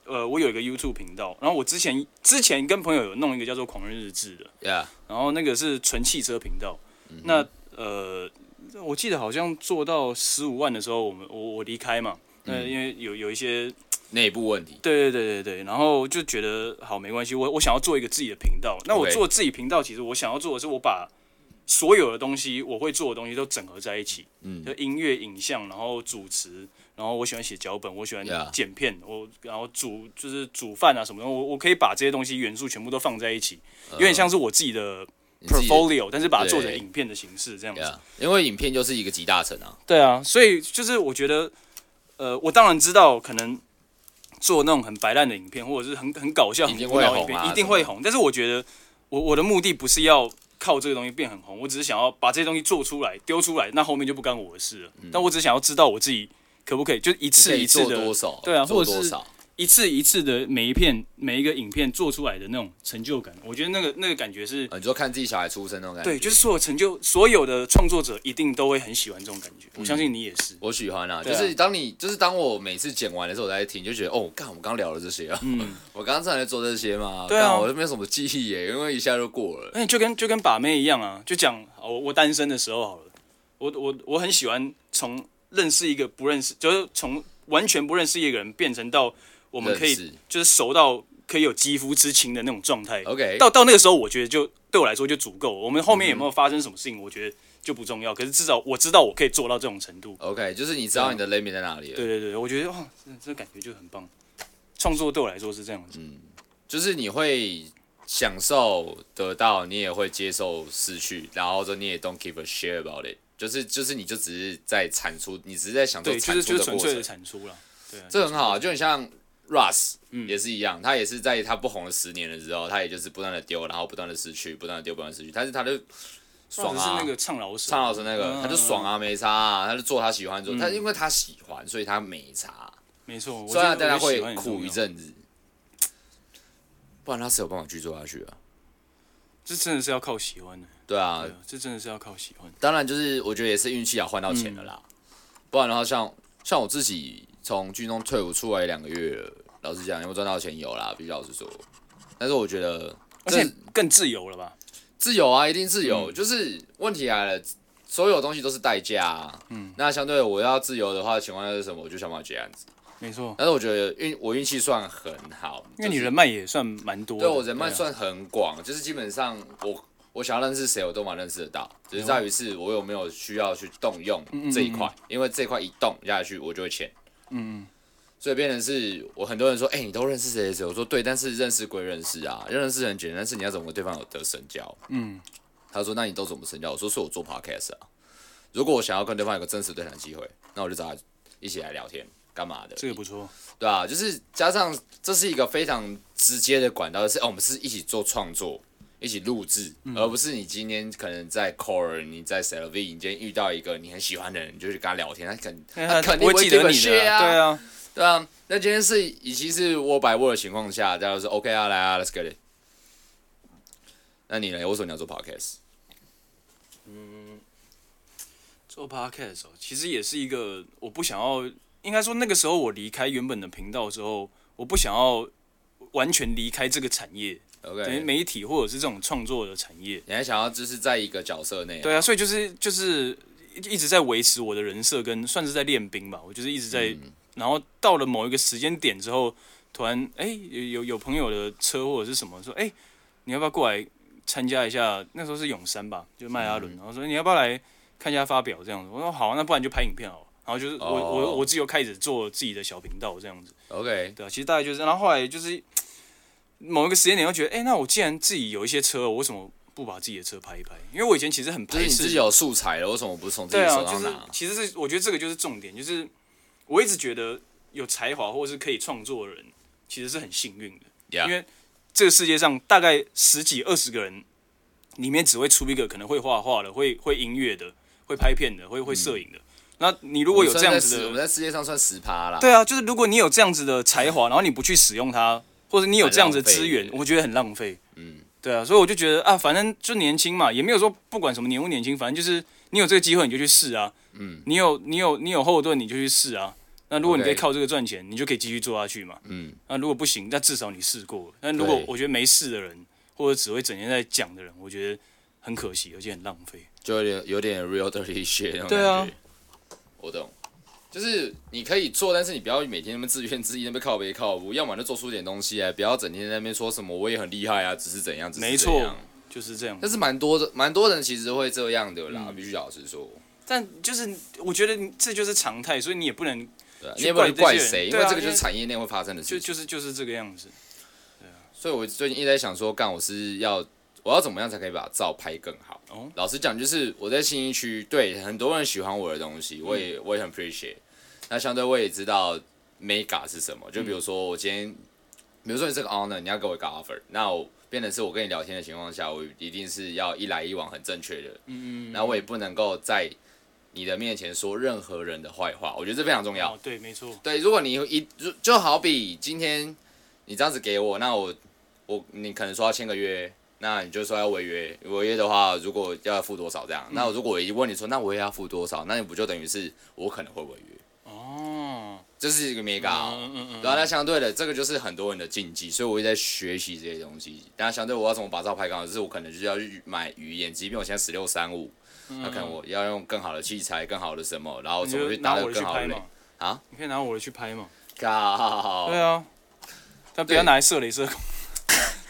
[SPEAKER 2] 呃，我有一个 YouTube 频道，然后我之前之前跟朋友有弄一个叫做《狂人日志》的。
[SPEAKER 1] Yeah，
[SPEAKER 2] 然后那个是纯汽车频道。
[SPEAKER 1] 嗯
[SPEAKER 2] 那呃，我记得好像做到十五万的时候，我们我我离开嘛，
[SPEAKER 1] 嗯
[SPEAKER 2] 那、因为有有一些
[SPEAKER 1] 内部问题。
[SPEAKER 2] 对对对对对，然后就觉得好没关系，我我想要做一个自己的频道。那我
[SPEAKER 1] OK
[SPEAKER 2] 做自己频道，其实我想要做的是我把所有的东西我会做的东西都整合在一起，
[SPEAKER 1] 嗯
[SPEAKER 2] 就音乐、影像，然后主持，然后我喜欢写脚本，我喜欢
[SPEAKER 1] Yeah
[SPEAKER 2] 剪片，我然后煮就是煮饭啊什么的，我我可以把这些东西元素全部都放在一起，有
[SPEAKER 1] 呃
[SPEAKER 2] 点像是我自己的
[SPEAKER 1] 自己的
[SPEAKER 2] portfolio，但是把它做成
[SPEAKER 1] 对
[SPEAKER 2] 影片的形式这样子。
[SPEAKER 1] 呀，因为影片就是一个集大成啊，
[SPEAKER 2] 对啊，所以就是我觉得，呃，我当然知道可能做那种很白烂的影片，或者是很很搞笑、
[SPEAKER 1] 一
[SPEAKER 2] 很
[SPEAKER 1] 定
[SPEAKER 2] 无脑
[SPEAKER 1] 会
[SPEAKER 2] 的影
[SPEAKER 1] 红啊
[SPEAKER 2] 片，一定会红。但是我觉得，我我的目的不是要靠这个东西变很红，我只是想要把这些东西做出来、丢出来，那后面就不干我的事了。但我只想要知道我自己可不可以，就一
[SPEAKER 1] 嗯可
[SPEAKER 2] 次
[SPEAKER 1] 以
[SPEAKER 2] 一次
[SPEAKER 1] 做
[SPEAKER 2] 的
[SPEAKER 1] 多少，
[SPEAKER 2] 对啊
[SPEAKER 1] 做
[SPEAKER 2] 或者
[SPEAKER 1] 多
[SPEAKER 2] 是
[SPEAKER 1] 少，
[SPEAKER 2] 一次一次的每一片、每一个影片做出来的那种成就感，我觉得那个那个感觉是。
[SPEAKER 1] 呃你说看自己小孩出生那种感觉，
[SPEAKER 2] 对，就是所有成就，所有的创作者一定都会很喜欢这种感
[SPEAKER 1] 嗯
[SPEAKER 2] 觉。我相信你也是。
[SPEAKER 1] 我喜欢啊，
[SPEAKER 2] 对
[SPEAKER 1] 就
[SPEAKER 2] 啊
[SPEAKER 1] 是当你就是当我每次剪完的时候，我在听，就觉得哦，干，我刚聊了这些啊，
[SPEAKER 2] 嗯，
[SPEAKER 1] [LAUGHS] 我刚刚正在做这些嘛，
[SPEAKER 2] 对啊
[SPEAKER 1] 干我都没有什么记忆耶，因为一下就过了。
[SPEAKER 2] 那你就跟就跟把妹一样啊，就讲哦我我单身的时候好了，我我我很喜欢从认识一个不认识，就是从完全不认识一个人变成到我们可
[SPEAKER 1] 认识
[SPEAKER 2] 以就是熟到可以有肌肤之亲的那种状态。
[SPEAKER 1] OK，嗯
[SPEAKER 2] 到到那个时候，我觉得就对我来说就足够。我们后面有没有发生什么事情，我觉得就不重要。可是至少我知道我可以做到这种程度。
[SPEAKER 1] OK，就是你知道你的 limit 在哪里了，
[SPEAKER 2] 对对对，我觉得哇，这这感觉就很棒。创作对我来说是这样子，
[SPEAKER 1] 就是你会享受得到，你也会接受失去，然后说你也 don't give a shit about it，就是就是你就只是在产出，你只是在享受
[SPEAKER 2] 对，就
[SPEAKER 1] 产
[SPEAKER 2] 是
[SPEAKER 1] 出
[SPEAKER 2] 就是
[SPEAKER 1] 的
[SPEAKER 2] 纯
[SPEAKER 1] 过
[SPEAKER 2] 粹的
[SPEAKER 1] 程，
[SPEAKER 2] 产出了。对啊，
[SPEAKER 1] 这很好啊，就很像 Russ
[SPEAKER 2] 嗯
[SPEAKER 1] 也是一样，他也是在他不红了十年的时候，他也就是不断的丢，然后不断的失去，不断的丢，不断的失去，但是他就爽
[SPEAKER 2] 就是
[SPEAKER 1] 啊
[SPEAKER 2] 那。个唱老师，
[SPEAKER 1] 唱老师那个，
[SPEAKER 2] 嗯
[SPEAKER 1] 他就爽啊，没差啊，他就做他喜欢做，他因为他喜欢，所以他没差啊。
[SPEAKER 2] 没错，我
[SPEAKER 1] 虽然大
[SPEAKER 2] 觉得
[SPEAKER 1] 家
[SPEAKER 2] 我觉
[SPEAKER 1] 会
[SPEAKER 2] 得喜欢很重
[SPEAKER 1] 苦一
[SPEAKER 2] 要，
[SPEAKER 1] 阵子，不然他是有办法继续做下去啊。
[SPEAKER 2] 这真的是要靠喜欢的，
[SPEAKER 1] 对啊
[SPEAKER 2] 对，啊，这真的是要靠喜欢。
[SPEAKER 1] 当然就是我觉得也是运气好换到钱的啦，
[SPEAKER 2] 嗯
[SPEAKER 1] 不然的话像像我自己从军中退伍出来两个月了，老实讲有没有赚到钱有啦，必须老实说。但是我觉得
[SPEAKER 2] 而
[SPEAKER 1] 这
[SPEAKER 2] 且更自由了吧？
[SPEAKER 1] 自由啊，一定自由，
[SPEAKER 2] 嗯
[SPEAKER 1] 就是问题来了。所有东西都是代价、啊，嗯，那相对我要自由的话，情况下是什么？我就想办法接案子。
[SPEAKER 2] 没错，
[SPEAKER 1] 但是我觉得运我运气算很好，
[SPEAKER 2] 因为你
[SPEAKER 1] 就是
[SPEAKER 2] 人脉也算蛮多的。
[SPEAKER 1] 对我人脉
[SPEAKER 2] 啊
[SPEAKER 1] 算很广，就是基本上我我想要认识谁，我都蛮认识得到，只是
[SPEAKER 2] 嗯
[SPEAKER 1] 在于是我有没有需要去动用这一块，因为这一块一动下去，我就会钱。
[SPEAKER 2] 嗯，嗯
[SPEAKER 1] 所以变成是我很多人说，哎、你都认识谁谁谁？我说对，但是认识归认识啊，认识很简单，但是你要怎么跟对方有得深交？
[SPEAKER 2] 嗯，
[SPEAKER 1] 他说那你都怎么深交？我说是我做 podcast 啊。如果我想要跟对方有个真实对谈机会，那我就找他一起来聊天，干嘛的？
[SPEAKER 2] 这个不错。
[SPEAKER 1] 对啊，就是加上这是一个非常直接的管道，就是哦，我们是一起做创作，一起录制，
[SPEAKER 2] 嗯
[SPEAKER 1] 而不是你今天可能在 Core，你在 c e l V，你今天遇到一个你很喜欢的人，你就去跟他聊天，他肯
[SPEAKER 2] 因为哎他
[SPEAKER 1] 肯
[SPEAKER 2] 不
[SPEAKER 1] 定
[SPEAKER 2] 会
[SPEAKER 1] 会
[SPEAKER 2] 记得
[SPEAKER 1] give a
[SPEAKER 2] 你
[SPEAKER 1] shit
[SPEAKER 2] 的啊，对啊，
[SPEAKER 1] 对啊。那今天是以及是我百握的情况下，大家就说 OK 啊，来啊，Let's get it。那你呢？为什么你要做 podcast？
[SPEAKER 2] 做 podcast 的时候，其实也是一个我不想要，应该说那个时候我离开原本的频道之后，我不想要完全离开这个产业，等于
[SPEAKER 1] OK，
[SPEAKER 2] 媒体或者是这种创作的产业。
[SPEAKER 1] 你还想要就是在一个角色内啊，
[SPEAKER 2] 对啊，所以就是就是一一直在维持我的人设，跟算是在练兵吧。我就是一直在，
[SPEAKER 1] 嗯
[SPEAKER 2] 然后到了某一个时间点之后，突然哎、有有有朋友的车或者是什么说哎、你要不要过来参加一下？那时候是永山吧，就迈阿伦，
[SPEAKER 1] 嗯
[SPEAKER 2] 然后说你要不要来看一下发表这样子。我说好啊、那不然就拍影片好了。然后就是我、
[SPEAKER 1] 哦
[SPEAKER 2] 我我自己又开始做自己的小频道这样子。
[SPEAKER 1] ，OK，
[SPEAKER 2] 对啊，其实大概就是这样，然后后来就是某一个时间点，又觉得，哎、那我既然自己有一些车，我为什么不把自己的车拍一拍？因为我以前其实很
[SPEAKER 1] 就是
[SPEAKER 2] 排
[SPEAKER 1] 你自己
[SPEAKER 2] 斥，
[SPEAKER 1] 有素材了，为什么不是从自己
[SPEAKER 2] 对啊，
[SPEAKER 1] 手
[SPEAKER 2] 就
[SPEAKER 1] 上
[SPEAKER 2] 是
[SPEAKER 1] 拿？
[SPEAKER 2] 其实是我觉得这个就是重点，就是我一直觉得有才华或者是可以创作的人，其实是很幸运的，因
[SPEAKER 1] Yeah，
[SPEAKER 2] 为这个世界上大概十几二十个人里面只会出一个可能会画画的、会会音乐的、会拍片的、会会摄影的。那你如
[SPEAKER 1] 如
[SPEAKER 2] 果有这样子的，
[SPEAKER 1] 嗯我们在世界上算十趴啦。
[SPEAKER 2] 对啊，就是如果你有这样子的才华，然后你不去使用它，或者你有这样子的资
[SPEAKER 1] 很浪
[SPEAKER 2] 源，
[SPEAKER 1] 费
[SPEAKER 2] 我觉得很浪费。
[SPEAKER 1] 嗯，
[SPEAKER 2] 对啊，所以我就觉得啊，反正就年轻嘛，也没有说不管什么年不年轻，反正就是你有这个机会你就去试啊。
[SPEAKER 1] 嗯，
[SPEAKER 2] 你有你有你有后盾你就去试啊。那如果你
[SPEAKER 1] OK
[SPEAKER 2] 可以靠这个赚钱，你就可以继续做下去嘛。
[SPEAKER 1] 嗯，
[SPEAKER 2] 那如果不行，那至少你试过。但如果
[SPEAKER 1] 对
[SPEAKER 2] 我觉得没试的人，或者只会整天在讲的人，我觉得很可惜，而且很浪费。
[SPEAKER 1] 就有点有点 real dirty shit 那种
[SPEAKER 2] 对啊
[SPEAKER 1] 感觉。我懂，就是你可以做，但是你不要每天那么自怨自艾，那边靠背靠不，要么就做出点东西来，不要整天在那边说什么我也很厉害啊，只是怎样，只是
[SPEAKER 2] 没
[SPEAKER 1] 怎
[SPEAKER 2] 错
[SPEAKER 1] 样。
[SPEAKER 2] 就是这样。
[SPEAKER 1] 但是蛮多的，蛮多人其实会这样的
[SPEAKER 2] 嗯
[SPEAKER 1] 啦，必须老实说。
[SPEAKER 2] 但就是我觉得这就是常态，所以你也不能
[SPEAKER 1] 对啊，
[SPEAKER 2] 去
[SPEAKER 1] 你也不能
[SPEAKER 2] 嗯怪
[SPEAKER 1] 怪
[SPEAKER 2] 这些
[SPEAKER 1] 谁，
[SPEAKER 2] 人
[SPEAKER 1] 因
[SPEAKER 2] 对
[SPEAKER 1] 为
[SPEAKER 2] 啊
[SPEAKER 1] 这个就是
[SPEAKER 2] 因为
[SPEAKER 1] 产业内会发生的
[SPEAKER 2] 就
[SPEAKER 1] 事情。
[SPEAKER 2] 就是就是这个样子。
[SPEAKER 1] 所以我最近一直在想说，干我是要我要怎么样才可以把照拍更好？
[SPEAKER 2] 哦
[SPEAKER 1] 老实讲，就是我在新一区，对很多人喜欢我的东西，我
[SPEAKER 2] 嗯
[SPEAKER 1] 也、我也很 appreciate。那相对我也知道 mega 是什么，就比
[SPEAKER 2] 嗯
[SPEAKER 1] 如说我今天，比如说你是个 owner，你要给我一个 offer，那我变成是我跟你聊天的情况下，我一定是要一来一往很正确的，
[SPEAKER 2] 嗯，
[SPEAKER 1] 那我也不能够在你的面前说任何人的坏话，我觉得这非常重要。
[SPEAKER 2] 哦，对，没错，
[SPEAKER 1] 对，如果你一就就好比今天你这样子给我，那我我你可能说要签个约，那你就说要违约，违约的话，如果要付多少这样，那
[SPEAKER 2] 嗯
[SPEAKER 1] 我如果我一问你说那违约要付多少，那你不就等于是我可能会违约，
[SPEAKER 2] 哦，
[SPEAKER 1] 这是一个 mega 哦、
[SPEAKER 2] 嗯嗯
[SPEAKER 1] 对啊，那相对的，这个就是很多人的禁忌，所以我一直在学习这些东西。那相对我要怎么把照拍更好，就是我可能就是要去买鱼眼，即便我现在十六三五，那可能我要用更好的器材、更好的什么，然后
[SPEAKER 2] 嗯你
[SPEAKER 1] 怎么
[SPEAKER 2] 就
[SPEAKER 1] 去
[SPEAKER 2] 拿
[SPEAKER 1] 打得
[SPEAKER 2] 我的去
[SPEAKER 1] 更好的
[SPEAKER 2] 拍
[SPEAKER 1] 雷
[SPEAKER 2] 嘛？
[SPEAKER 1] 啊？
[SPEAKER 2] 你可以拿我的去拍嘛？
[SPEAKER 1] 靠！
[SPEAKER 2] 对啊，但不
[SPEAKER 1] 对
[SPEAKER 2] 要拿来射镭射孔。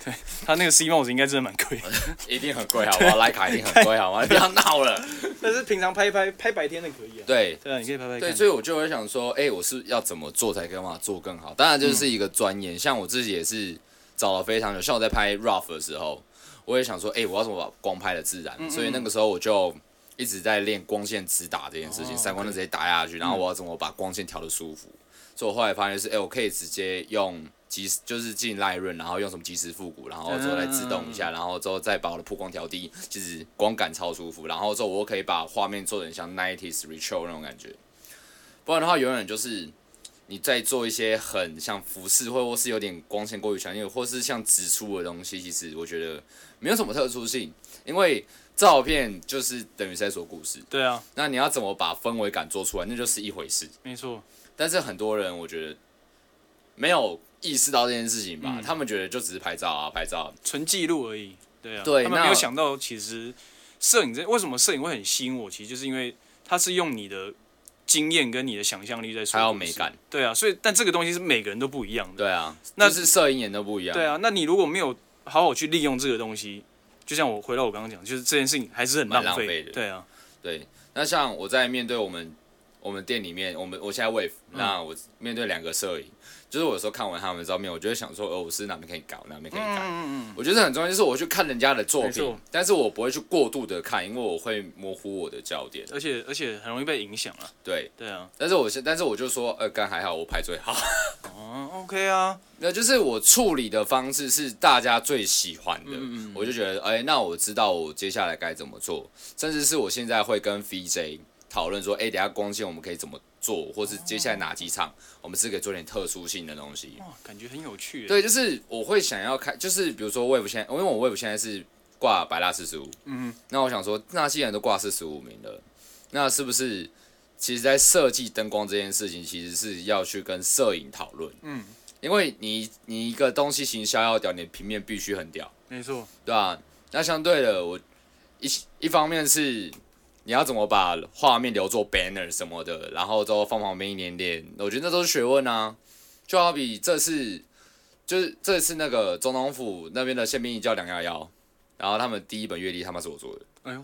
[SPEAKER 2] 对他那个 C 帽子应该真的蛮贵的，
[SPEAKER 1] 一定很贵好 [LAUGHS] 不好？莱卡一定很贵好吗？你不要闹了。
[SPEAKER 2] [LAUGHS] 但是平常拍一拍拍白天的可以啊。
[SPEAKER 1] [LAUGHS] 对
[SPEAKER 2] 对啊，你可以拍拍看。
[SPEAKER 1] 对，所以我就会想说，哎、我是要怎么做才可以把它做更好？当然就是一个钻研，像我自己也是找了非常久，像我在拍 rough 的时候，我也想说，哎、我要怎么把光拍的自然？所以那个时候我就。一直在练光线直打这件事情，
[SPEAKER 2] 哦
[SPEAKER 1] 闪光灯
[SPEAKER 2] OK
[SPEAKER 1] 直接打下去，然后我要怎么把光线调的舒服？所以我后来发现是，哎、我可以直接用即就是进赖润，然后用什么即时复古，然后之后再自动一下，然后之后再把我的曝光调低，其实光感超舒服。然后之后我又可以把画面做的像 nineties retro 那种感觉。不然的话，永远就是你在做一些很像服饰，或或是有点光线过于强烈，或是像直出的东西，其实我觉得没有什么特殊性，因为照片就是等于是在说故事。
[SPEAKER 2] 对啊，
[SPEAKER 1] 那你要怎么把氛围感做出来，那就是一回事。
[SPEAKER 2] 没错。
[SPEAKER 1] 但是很多人我觉得没有意识到这件事情吧，
[SPEAKER 2] 嗯
[SPEAKER 1] 他们觉得就只是拍照啊，拍照啊。
[SPEAKER 2] 纯记录而已。对啊，
[SPEAKER 1] 对
[SPEAKER 2] 他们
[SPEAKER 1] 那
[SPEAKER 2] 没有想到，其实摄影这为什么摄影会很吸引我，其实就是因为它是用你的经验跟你的想象力在说，
[SPEAKER 1] 还有美感。
[SPEAKER 2] 对啊，所以但这个东西是每个人都不一样的。
[SPEAKER 1] 对啊，
[SPEAKER 2] 那
[SPEAKER 1] 就是摄影眼都不一样。
[SPEAKER 2] 对，啊，那你如果没有好好去利用这个东西，就像我回到我刚刚讲，就是这件事情还是很
[SPEAKER 1] 蛮
[SPEAKER 2] 浪
[SPEAKER 1] 浪
[SPEAKER 2] 费。
[SPEAKER 1] 费的
[SPEAKER 2] 对啊，
[SPEAKER 1] 对，那像我在面对我们我们店里面，我们我现在 wave，、那
[SPEAKER 2] 嗯
[SPEAKER 1] 我面对两个摄影，就是我有时候看完他们的照片，我就会想说，哦，我是哪边可以搞，哪边可以改。
[SPEAKER 2] 嗯嗯
[SPEAKER 1] 我觉得很重要，就是我去看人家的作
[SPEAKER 2] 没
[SPEAKER 1] 品
[SPEAKER 2] 错，
[SPEAKER 1] 但是我不会去过度的看，因为我会模糊我的焦点
[SPEAKER 2] 嗯，。而且而且很容易被影响啊。
[SPEAKER 1] 对，
[SPEAKER 2] 对啊，
[SPEAKER 1] 但是我现，但是我就说，呃，刚还好，我拍最好。 [LAUGHS]
[SPEAKER 2] 哦，OK 啊，
[SPEAKER 1] 那就是我处理的方式是大家最喜欢的，
[SPEAKER 2] 嗯嗯嗯
[SPEAKER 1] 我就觉得，哎、那我知道我接下来该怎么做，甚至是我现在会跟 VJ 讨论说，哎、等一下光线我们可以怎么做，或是接下来哪几场我们是可以做点特殊性的东西。
[SPEAKER 2] 哇，哦感觉很有趣耶。
[SPEAKER 1] 对，就是我会想要开，就是比如说 Wave 现在，因为我 Wave 现在是挂百大四十五，
[SPEAKER 2] 嗯，
[SPEAKER 1] 那我想说，那既然都挂四十五名了，那是不是其实在设计灯光这件事情，其实是要去跟摄影讨论，
[SPEAKER 2] 嗯，
[SPEAKER 1] 因为你你一个东西行销要屌，你的平面必须很屌，
[SPEAKER 2] 没错，
[SPEAKER 1] 对吧、那相对的，我一一方面是你要怎么把画面留作 banner 什么的，然后之后放旁边一点点，我觉得那都是学问啊。就好比这次，就是这次那个总统府那边的宪兵营叫两幺幺，然后他们第一本阅历他妈是我做的。
[SPEAKER 2] 哎呦，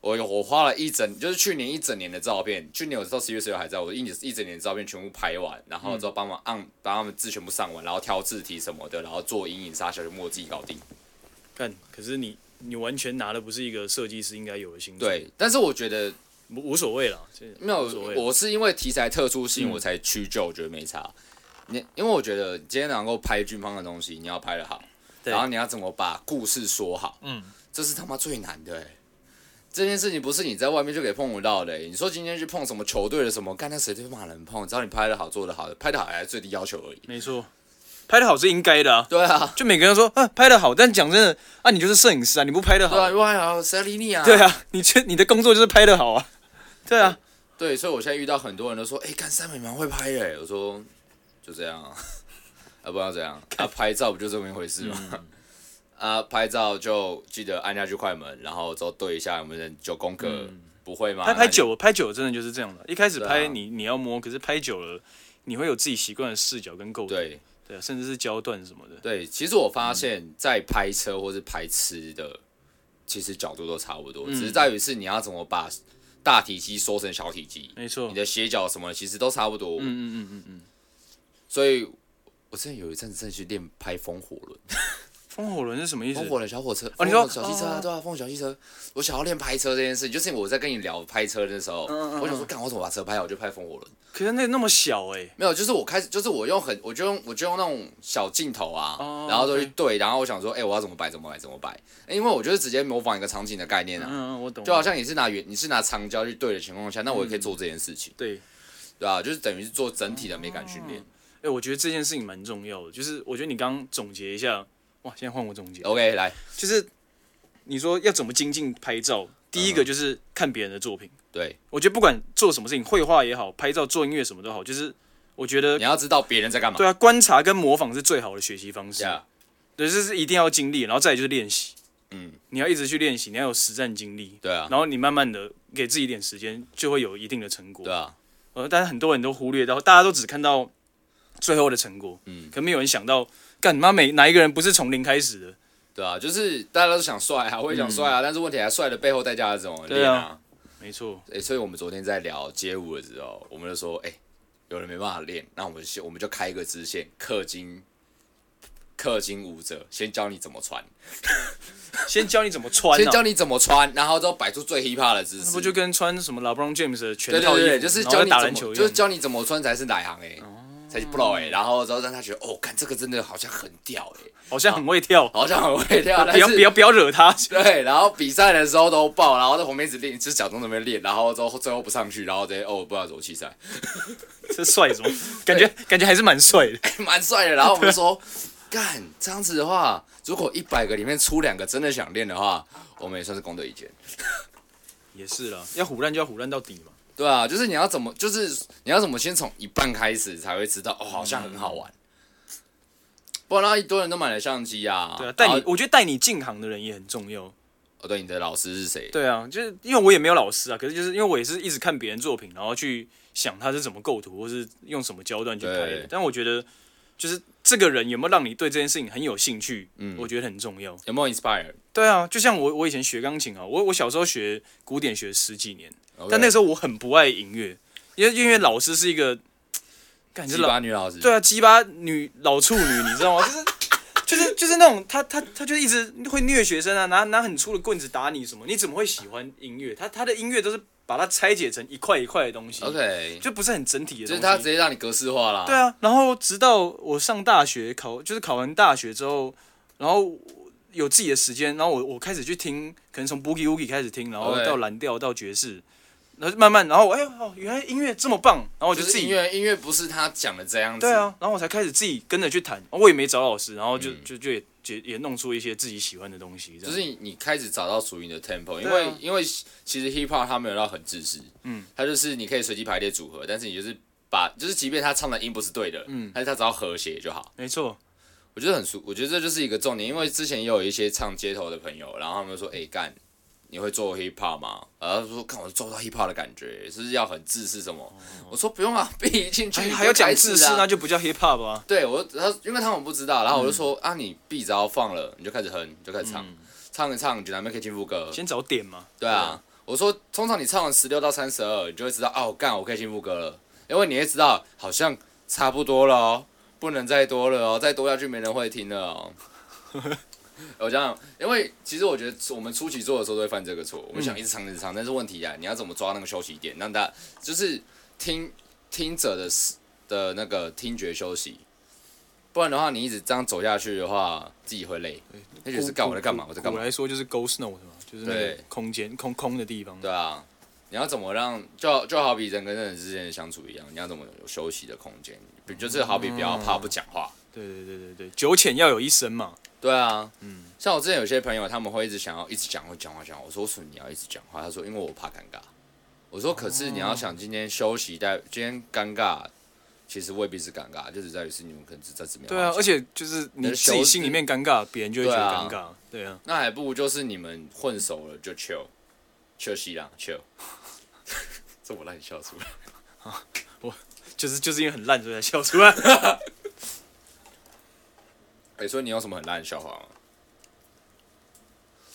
[SPEAKER 1] 我有我花了一整，就是去年一整年的照片，去年我到十月十六还在，我一整一整年的照片全部拍完，然后之后帮忙按，把他们字全部上完，然后挑字体什么的，然后做阴影、沙小全部我自己搞定。
[SPEAKER 2] 干，可是你你完全拿的不是一个设计师应该有的薪水。
[SPEAKER 1] 对，但是我觉得
[SPEAKER 2] 无无所谓啦，这
[SPEAKER 1] 没有
[SPEAKER 2] 无所谓，。
[SPEAKER 1] 我是因为题材特殊性
[SPEAKER 2] 嗯
[SPEAKER 1] 我才屈就，我觉得没差。你因为我觉得今天能够拍军方的东西，你要拍的好，
[SPEAKER 2] 对
[SPEAKER 1] 然后你要怎么把故事说好，
[SPEAKER 2] 嗯，
[SPEAKER 1] 这是他妈最难的、欸。这件事情不是你在外面就可以碰得到的欸、你说今天去碰什么球队的什么，干那谁都骂人碰，只要你拍的好，做的好，拍的好还是最低要求而已。
[SPEAKER 2] 没错，拍的好是应该的啊。
[SPEAKER 1] 对啊，
[SPEAKER 2] 就每个人说啊，拍的好，但讲真的啊，你就是摄影师啊，你不拍的好
[SPEAKER 1] 对，啊，哇呀，谁要理你啊？
[SPEAKER 2] 对，啊，你这你的工作就是拍的好啊，对啊，
[SPEAKER 1] 对，所以我现在遇到很多人都说，哎、干三美蛮会拍的、欸，我说就这样啊， [LAUGHS] 啊不知道怎样，啊拍照不就这么一回事吗？
[SPEAKER 2] 嗯
[SPEAKER 1] [LAUGHS] 啊，拍照就记得按下去快门，然后之后对一下我们的九宫格，不会吗？
[SPEAKER 2] 嗯拍
[SPEAKER 1] 那
[SPEAKER 2] 拍
[SPEAKER 1] 你
[SPEAKER 2] 久了，拍久了真的就是这样的。一开始
[SPEAKER 1] 对啊
[SPEAKER 2] 拍你你要摸，可是拍久了，你会有自己习惯的视角跟构图，
[SPEAKER 1] 对
[SPEAKER 2] 对啊，甚至是焦段什么的。
[SPEAKER 1] 对，其实我发现，在拍车或是拍吃的，其实角度都差不多，只
[SPEAKER 2] 嗯
[SPEAKER 1] 是在于是你要怎么把大体积缩成小体积，
[SPEAKER 2] 没错
[SPEAKER 1] 你。的斜角什么的其实都差不多。
[SPEAKER 2] 嗯嗯嗯嗯嗯，
[SPEAKER 1] 所以我之前有一阵子真的去练拍风火轮，
[SPEAKER 2] 风火轮是什么意思
[SPEAKER 1] 风？火轮小火车
[SPEAKER 2] 哦你说
[SPEAKER 1] 风火轮小汽车啊，
[SPEAKER 2] 哦
[SPEAKER 1] 对啊，风火轮小汽车，我想要练拍车这件事，就是我在跟你聊拍车的时候，
[SPEAKER 2] 嗯嗯
[SPEAKER 1] 我想说，干我怎么把车拍好，我就拍风火轮。
[SPEAKER 2] 可是那那么小哎、
[SPEAKER 1] 没有，就是我开始，就是我用很，我就用我就用那种小镜头啊
[SPEAKER 2] 哦
[SPEAKER 1] 然后就去
[SPEAKER 2] OK
[SPEAKER 1] 对，然后我想说，哎、我要怎么摆，怎么摆，怎么摆，因为我就是直接模仿一个场景的概念
[SPEAKER 2] 嗯
[SPEAKER 1] 啊，
[SPEAKER 2] 嗯，我懂。
[SPEAKER 1] 就好像你是拿圆，你是拿长焦去对的情况下，那我也
[SPEAKER 2] 嗯
[SPEAKER 1] 可以做这件事情，
[SPEAKER 2] 对，
[SPEAKER 1] 对啊，就是等于是做整体的美感训练。
[SPEAKER 2] 哎、我觉得这件事情蛮重要的，就是我觉得你刚刚总结一下，哇，现在换我总结，
[SPEAKER 1] OK，来，
[SPEAKER 2] 就是你说要怎么精进拍照，第一
[SPEAKER 1] 嗯
[SPEAKER 2] 个就是看别人的作品。
[SPEAKER 1] 对，
[SPEAKER 2] 我觉得不管做什么事情，绘画也好，拍照、做音乐什么都好，就是我觉得
[SPEAKER 1] 你要知道别人在干嘛。
[SPEAKER 2] 对啊，观察跟模仿是最好的学习方式。
[SPEAKER 1] 对啊，
[SPEAKER 2] 对，这是一定要经历，然后再来就是练习。
[SPEAKER 1] 嗯，
[SPEAKER 2] 你要一直去练习，你要有实战经历，
[SPEAKER 1] 对啊，
[SPEAKER 2] 然后你慢慢的给自己一点时间，就会有一定的成果。
[SPEAKER 1] 对啊，
[SPEAKER 2] 呃，但是很多人都忽略到，大家都只看到最后的成果，
[SPEAKER 1] 嗯，
[SPEAKER 2] 可没有人想到，干你妈每哪一个人不是从零开始的？
[SPEAKER 1] 对啊，就是大家都想帅啊，我也想帅啊，但是问题还帅的背后代价是怎么
[SPEAKER 2] 嗯对
[SPEAKER 1] 练
[SPEAKER 2] 啊
[SPEAKER 1] 啊？
[SPEAKER 2] 没错，
[SPEAKER 1] 哎、所以我们昨天在聊街舞的时候，我们就说，哎、有人没办法练，那我们先我们就开一个支线，氪金，氪金舞者，先教你怎么穿，
[SPEAKER 2] 先教你怎么穿、啊，
[SPEAKER 1] 先教你怎么穿，然后之后摆出最 hip hop 的姿
[SPEAKER 2] 那
[SPEAKER 1] 势，
[SPEAKER 2] 不就跟穿什么 LeBron James 的全
[SPEAKER 1] 对对
[SPEAKER 2] 套衣服，
[SPEAKER 1] 对，对就是
[SPEAKER 2] 然后
[SPEAKER 1] 教
[SPEAKER 2] 再
[SPEAKER 1] 你
[SPEAKER 2] 打
[SPEAKER 1] 怎
[SPEAKER 2] 篮
[SPEAKER 1] 么，
[SPEAKER 2] 球一样，嗯
[SPEAKER 1] 就是教你怎么穿才是哪行哎、才是 pro 哎、然后之后让他觉得，哦，看这个真的好像很屌哎、
[SPEAKER 2] 好像很会跳，
[SPEAKER 1] 好像很会跳，
[SPEAKER 2] [LAUGHS] 不
[SPEAKER 1] 但
[SPEAKER 2] 要不
[SPEAKER 1] 是
[SPEAKER 2] 要不要惹他。 [LAUGHS]
[SPEAKER 1] 对，然后比赛的时候都爆，然后在旁边一直练，就是假装在那边练，然后之后最后不上去，然后直接哦，不知道怎么弃赛。 [LAUGHS]
[SPEAKER 2] 这帅什么？感觉感觉还是蛮帅的。
[SPEAKER 1] 蛮帅的。然后我们说，干这样子的话，如果一百个里面出两个真的想练的话，我们也算是功德一件。
[SPEAKER 2] 也是啦，要虎烂就要虎烂到底嘛。
[SPEAKER 1] 对啊，就是你要怎么，就是你要怎么先从一半开始，才会知道哦，好像很好
[SPEAKER 2] 嗯
[SPEAKER 1] 玩。不然的话一堆人都买了相机啊。
[SPEAKER 2] 对啊，带
[SPEAKER 1] 然
[SPEAKER 2] 你
[SPEAKER 1] 后
[SPEAKER 2] 我觉得带你进行的人也很重要。
[SPEAKER 1] 哦，对，你的老师是谁？
[SPEAKER 2] 对啊，就是因为我也没有老师啊，可是就是因为我也是一直看别人作品，然后去想他是怎么构图，或是用什么焦段去拍的
[SPEAKER 1] 对。
[SPEAKER 2] 但我觉得就是这个人有没有让你对这件事情很有兴趣，嗯，我觉得很重要。
[SPEAKER 1] 有没有 inspire？
[SPEAKER 2] 对啊，就像我我以前学钢琴啊，我我小时候学古典学十几年，但那时
[SPEAKER 1] 候
[SPEAKER 2] 候我很不爱音乐，因为因为老师是一个，感觉
[SPEAKER 1] 鸡
[SPEAKER 2] 老
[SPEAKER 1] 巴女老师，
[SPEAKER 2] 对啊，鸡巴女老处女，你知道吗？就是就是就是那种他他他就一直会虐学生啊，拿拿很粗的棍子打你什么，你怎么会喜欢音乐？他他的音乐都是把它拆解成一块一块的东西
[SPEAKER 1] 哦，OK，
[SPEAKER 2] 就不是很整体的
[SPEAKER 1] 就
[SPEAKER 2] 东
[SPEAKER 1] 是
[SPEAKER 2] 西。
[SPEAKER 1] 他直接让你格式化啦。
[SPEAKER 2] 对啊，然后直到我上大学考，就是考完大学之后，然后有自己的时间，然后我我开始去听，可能从 Boogie Woogie 开始听，然后
[SPEAKER 1] OK
[SPEAKER 2] 到蓝调到爵士，然后就慢慢，然后我哎呦哦，原来音乐这么棒，然后我
[SPEAKER 1] 就
[SPEAKER 2] 就是自
[SPEAKER 1] 音
[SPEAKER 2] 己
[SPEAKER 1] 乐，音乐不是他讲的这样子。
[SPEAKER 2] 对啊，然后我才开始自己跟着去弹，我也没找老师，然后就、
[SPEAKER 1] 嗯
[SPEAKER 2] 就就也也也弄出一些自己喜欢的东西，这
[SPEAKER 1] 就
[SPEAKER 2] 样
[SPEAKER 1] 是你你开始找到属于你的 tempo，因
[SPEAKER 2] 对
[SPEAKER 1] 为、
[SPEAKER 2] 啊
[SPEAKER 1] 因为其实 hip hop 它没有到很自私，嗯，它就是你可以随机排列组合，但是你就是把就是即便他唱的音不是对的，嗯，但是他只要和谐就好，
[SPEAKER 2] 没错，
[SPEAKER 1] 我觉得很舒，我觉得这就是一个重点，因为之前也有一些唱街头的朋友，然后他们就说，哎、干，你会做 hip hop 吗？然后他说，看我做到 hip hop 的感觉，是不是要很自私什么？我说不用啊， [LAUGHS] 毕竟去
[SPEAKER 2] 哦还
[SPEAKER 1] 你就
[SPEAKER 2] 还要讲
[SPEAKER 1] 开始
[SPEAKER 2] 自私，
[SPEAKER 1] 啊
[SPEAKER 2] 那就不叫 hip hop 啊，
[SPEAKER 1] 对我，他因为他们不知道，然后我就说、啊，你 B 只要放了，你就开始哼，你就开始唱，唱一唱，你就难免可以进副歌，
[SPEAKER 2] 先找点嘛。
[SPEAKER 1] 对啊，我说通常你唱完十六到三十二，你就会知道哦，干，我可以进副歌了，因为你会知道好像差不多了哦，不能再多了哦，再多下去没人会听了 [LAUGHS] 哦。我这样，因为其实我觉得我们初期做的时候都会犯这个错，我们想一直唱一直唱，但是问题啊，你要怎么抓那个休息点，让大家就是听听者的思的那个听觉休息，不然的话你一直这样走下去的话，自己会累。那就是干我在干嘛，我在干嘛
[SPEAKER 2] 我。来说就是 Go Snow 是吗？就是那个
[SPEAKER 1] 对
[SPEAKER 2] 空间空空的地方。
[SPEAKER 1] 对啊，你要怎么让就好就好比人跟人之间的相处一样，你要怎么有休息的空间？比就是好比不要
[SPEAKER 2] 嗯
[SPEAKER 1] 怕不讲话。
[SPEAKER 2] 对对对对对，酒浅要有一深嘛。
[SPEAKER 1] 对啊，嗯，像我之前有些朋友，他们会一直想要一直讲话讲话讲话，我说为什么你要一直讲话？他说因为我怕尴尬。我说可是你要想今天休息在今天尴尬，其实未必是尴尬，就只在于是你们可能只在这边。
[SPEAKER 2] 对啊，而且就是你自己心里面尴尬，别人就会觉得尴尬。对啊，
[SPEAKER 1] 那还不如就是你们混熟了就 chill，休息啦 chill。这我让你笑出来。
[SPEAKER 2] 就是就是因为很烂，所以才笑出
[SPEAKER 1] [LAUGHS]
[SPEAKER 2] 来。
[SPEAKER 1] 哎、所以你有什么很烂的笑话吗？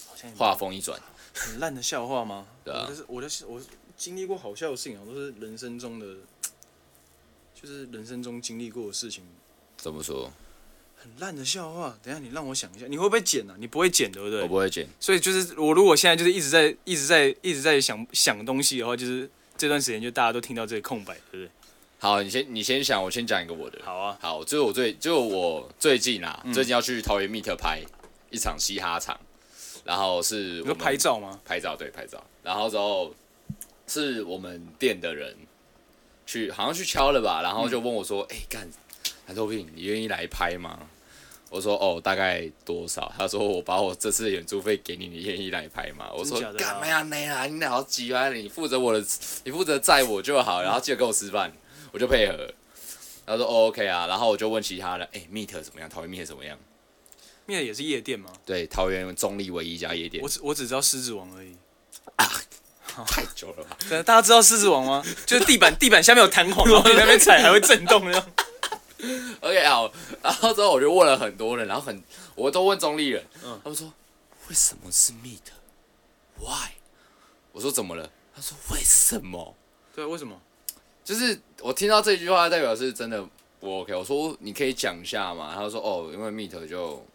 [SPEAKER 2] 好像你
[SPEAKER 1] 画风一转，
[SPEAKER 2] 很烂的笑话吗？
[SPEAKER 1] 对啊
[SPEAKER 2] 我的是我的是我经历过好笑的事情啊，都是人生中的，就是人生中经历过的事情，
[SPEAKER 1] 怎么说？
[SPEAKER 2] 很烂的笑话。等一下你让我想一下，你会不会剪啊？你不会剪对不对？
[SPEAKER 1] 我不会剪，
[SPEAKER 2] 所以就是我如果现在就是一直在一直在一直在想想东西的话，就是这段时间就大家都听到这个空白，对不对？
[SPEAKER 1] 好，你先你先想，我先讲一个我的。
[SPEAKER 2] 好嗯啊，
[SPEAKER 1] 好，就是我最就我最近啊，最近要去桃园 Meet 拍一场嘻哈场，然后是
[SPEAKER 2] 你
[SPEAKER 1] 我
[SPEAKER 2] 说
[SPEAKER 1] 们
[SPEAKER 2] 拍照吗？
[SPEAKER 1] 拍照对拍照，然后之后是我们店的人去好像去敲了吧，然后就问我
[SPEAKER 2] 嗯
[SPEAKER 1] 说：“哎、干，韩豆饼，你愿意来拍吗？”我说：“哦，大概多少？”他说：“我把我这次的演出费给你，你愿意来拍吗？”我说
[SPEAKER 2] 真假：“的啊
[SPEAKER 1] 干嘛呀，没啦，你好急啊，你负责我的，你负责载我就好，然后记得跟我吃饭，我就配合。”他说、哦、：“OK 啊。”然后我就问其他人：“哎、m e e t 怎么样？桃园 Meet 怎么样
[SPEAKER 2] 面也是夜店吗？？”
[SPEAKER 1] 对，桃园中立唯一一家夜店
[SPEAKER 2] 我，只我只知道狮子王而已。
[SPEAKER 1] 太久了吧？
[SPEAKER 2] 真的大家知道狮子王 [LAUGHS] 吗？就是地板地板下面有弹簧，然后你 [LAUGHS] 在那边踩还会震动那种。
[SPEAKER 1] OK，好， [LAUGHS] 然后之后我就问了很多人，然后很我都问中立人，
[SPEAKER 2] 嗯
[SPEAKER 1] 他们说为什么是 meet？Why？我说怎么了？他说为什么？
[SPEAKER 2] 对，啊为什么？
[SPEAKER 1] 就是我听到这句话，代表是真的我 OK。我说你可以讲一下嘛，他说哦，因为 meet 就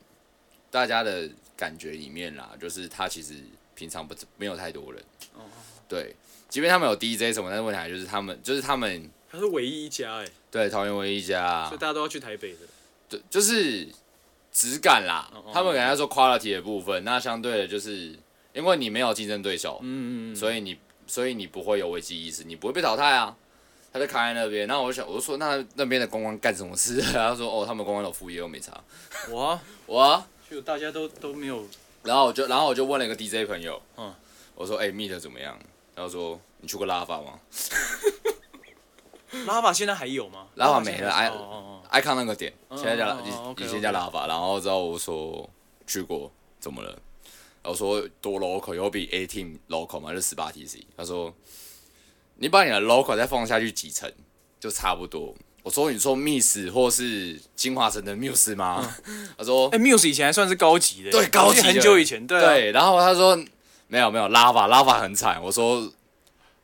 [SPEAKER 1] 大家的感觉里面啦，就是他其实平常不没有太多人，
[SPEAKER 2] 哦
[SPEAKER 1] 对，即便他们有 DJ 什么，但是问题还就是他们就是他们
[SPEAKER 2] 它是唯一一家哎、
[SPEAKER 1] 对桃园唯一一家啊，
[SPEAKER 2] 所以大家都要去台北的。
[SPEAKER 1] 对，就是质感啦
[SPEAKER 2] 嗯。
[SPEAKER 1] 他们给他说 quality 的部分，那相对的就是因为你没有竞争对手，
[SPEAKER 2] 嗯嗯嗯。
[SPEAKER 1] 所以你所以你不会有危机意识，你不会被淘汰啊。他就卡在那边，然后我就想，我就说那那边的公关干什么事？ [LAUGHS] 他说哦，他们公关有副业又没差。
[SPEAKER 2] 哇，
[SPEAKER 1] 我啊、
[SPEAKER 2] 就大家都都没有。
[SPEAKER 1] 然后我就然后我就问了一个 DJ 朋友，
[SPEAKER 2] 嗯
[SPEAKER 1] 我说哎、m e e t 怎么样？然后说你去过拉法吗？
[SPEAKER 2] 拉法现在还有吗？
[SPEAKER 1] 拉法没了
[SPEAKER 2] 现在
[SPEAKER 1] 哎
[SPEAKER 2] 哦哦哦。
[SPEAKER 1] 爱看那个点，现在叫拉
[SPEAKER 2] 哦哦哦
[SPEAKER 1] 以以
[SPEAKER 2] OK，
[SPEAKER 1] 前叫
[SPEAKER 2] OK
[SPEAKER 1] 拉法，然后之后我说去过，怎么了？然后我说多 local 有比 A team local 嘛，就十八 TC。他说你把你的 local 再放下去几层就差不多。我说你说 Miss 或是金华城的 Muse 吗？ [LAUGHS] 他说
[SPEAKER 2] 哎、Muse 以前还算是高级的、
[SPEAKER 1] 对高级的
[SPEAKER 2] 我记得很久以前，对、啊、
[SPEAKER 1] 对，然后他说没有没有拉法拉法很惨。我说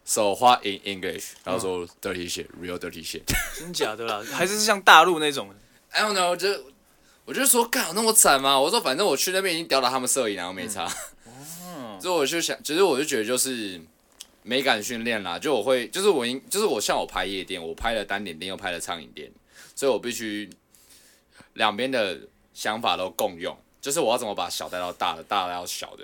[SPEAKER 1] 手花 in English，他
[SPEAKER 2] 嗯
[SPEAKER 1] 说 dirty shit，real dirty shit。
[SPEAKER 2] 真假的啦，还是像大陆那种，
[SPEAKER 1] I don't know，就我就说干有那么惨吗？我说反正我去那边已经吊打他们摄影，然后没差。 [LAUGHS] 所以我就想，其实我就觉得就是美感训练啦，就我会，就是我应，就是我像我拍夜店，我拍了单点店，又拍了畅饮店，所以我必须两边的想法都共用，就是我要怎么把小带到大的，大的到小的。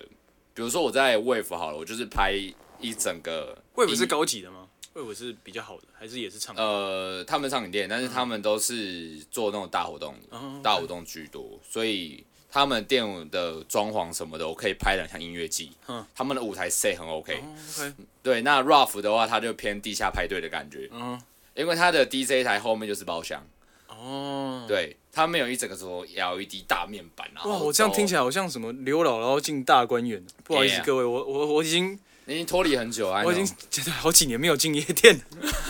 [SPEAKER 1] 比如说我在 Wave 好了，我就是拍一整个
[SPEAKER 2] 魏不
[SPEAKER 1] 音
[SPEAKER 2] 是高级的
[SPEAKER 1] 嗯
[SPEAKER 2] 吗？魏不是比较好的，还是也是唱？
[SPEAKER 1] 呃，他们唱饮店，但是他们都是做那种大活动的
[SPEAKER 2] 哦
[SPEAKER 1] 呃大活动居多，所以他们店的装潢什么的，我可以拍的很像音乐季
[SPEAKER 2] 嗯。
[SPEAKER 1] 他们的舞台 set 很 OK。
[SPEAKER 2] 哦 OK，
[SPEAKER 1] 对，那 Ruff 的话，它就偏地下派对的感觉，
[SPEAKER 2] 嗯，
[SPEAKER 1] 因为它的 DJ 台后面就是包厢，
[SPEAKER 2] 哦，，
[SPEAKER 1] 对，啊它没有一整个什么 LED 大面板。然后
[SPEAKER 2] 哇，我这样听起
[SPEAKER 1] 来，
[SPEAKER 2] 来好像什么刘姥姥进大观园，不好意思
[SPEAKER 1] Yeah
[SPEAKER 2] 各位，我我我已经
[SPEAKER 1] 你已经脱离很久啊，
[SPEAKER 2] 我已
[SPEAKER 1] I know
[SPEAKER 2] 经 [LAUGHS] 觉得好几年没有进夜店了，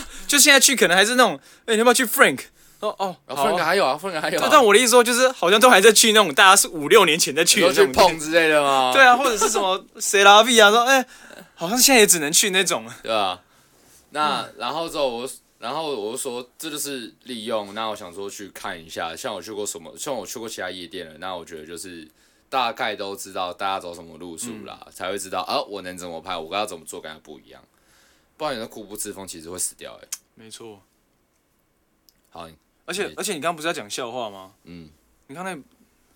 [SPEAKER 2] [LAUGHS] 就现在去可能还是那种，哎、你要不要去 Frank？哦哦，
[SPEAKER 1] 啊
[SPEAKER 2] 好啊
[SPEAKER 1] Frank 还有啊，Frank 还有啊，
[SPEAKER 2] 但但我的意思说就是好像都还在去那种大家是五六年前在去
[SPEAKER 1] 你
[SPEAKER 2] 的
[SPEAKER 1] 说
[SPEAKER 2] 那
[SPEAKER 1] 去
[SPEAKER 2] 种
[SPEAKER 1] 碰
[SPEAKER 2] 店
[SPEAKER 1] 之类的吗？
[SPEAKER 2] 对啊，或者是
[SPEAKER 1] [LAUGHS]
[SPEAKER 2] 什么 C 拉 V 啊，说哎、好像现在也只能去那种了。
[SPEAKER 1] 对啊，那然后之后我，然后我就说这就是利用。那我想说去看一下，像我去过什么，像我去过其他夜店了，那我觉得就是大概都知道大家走什么路数啦，才会知道啊，我能怎么拍，我该要怎么做，跟他不一样。不然你的固步自封其实会死掉哎、欸。
[SPEAKER 2] 没错，
[SPEAKER 1] 好，
[SPEAKER 2] 而且
[SPEAKER 1] 对
[SPEAKER 2] 而且你刚刚不是要讲笑话吗？
[SPEAKER 1] 嗯
[SPEAKER 2] 你刚才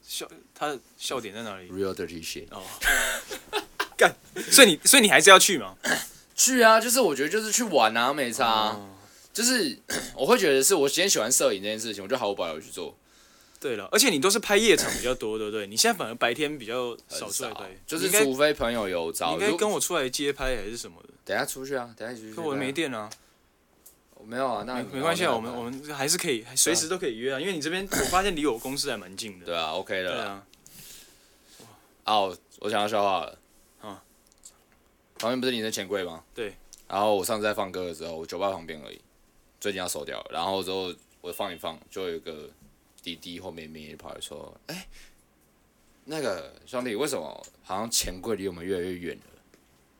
[SPEAKER 2] 笑他的笑点在哪里？
[SPEAKER 1] ，real dirty shit。
[SPEAKER 2] 哦，干，所以你所以你还是要去嘛？
[SPEAKER 1] 去啊，就是我觉得就是去玩啊，没差啊、
[SPEAKER 2] 哦
[SPEAKER 1] 就是 [CLEARS THROAT] 我会觉得是我今天喜欢摄影这件事情，我就毫无保留去做，
[SPEAKER 2] 对了，而且你都是拍夜场比较多，对不对？你现在反而白天比较少
[SPEAKER 1] 很
[SPEAKER 2] 出来
[SPEAKER 1] 少
[SPEAKER 2] 拍，，
[SPEAKER 1] 就
[SPEAKER 2] 你
[SPEAKER 1] 是
[SPEAKER 2] 应该
[SPEAKER 1] 除非朋友有
[SPEAKER 2] 你
[SPEAKER 1] 找，
[SPEAKER 2] 应该
[SPEAKER 1] 如
[SPEAKER 2] 跟我出来街拍还是什么的？
[SPEAKER 1] 等一下出去啊，等一下一起去
[SPEAKER 2] 可
[SPEAKER 1] 吃饭啊。
[SPEAKER 2] 我没电啊，
[SPEAKER 1] 没有啊，那
[SPEAKER 2] 没
[SPEAKER 1] 你
[SPEAKER 2] 没关系啊，
[SPEAKER 1] 要
[SPEAKER 2] 我
[SPEAKER 1] 不要
[SPEAKER 2] 们我们还是可以，还随时都可以约啊，因为你这边我发现离我公司还蛮近的。
[SPEAKER 1] 对啊，OK
[SPEAKER 2] 对
[SPEAKER 1] 的啦。
[SPEAKER 2] 啊，
[SPEAKER 1] 啊，我我想要笑话了。
[SPEAKER 2] 啊
[SPEAKER 1] 旁边不是你的钱柜吗？
[SPEAKER 2] 对。
[SPEAKER 1] 然后我上次在放歌的时候，我酒吧旁边而已，最近要收掉了。然后之后我放一放，就有一个滴滴后面面跑来说：“哎、那个兄弟，为什么好像钱柜离我们越来越远了？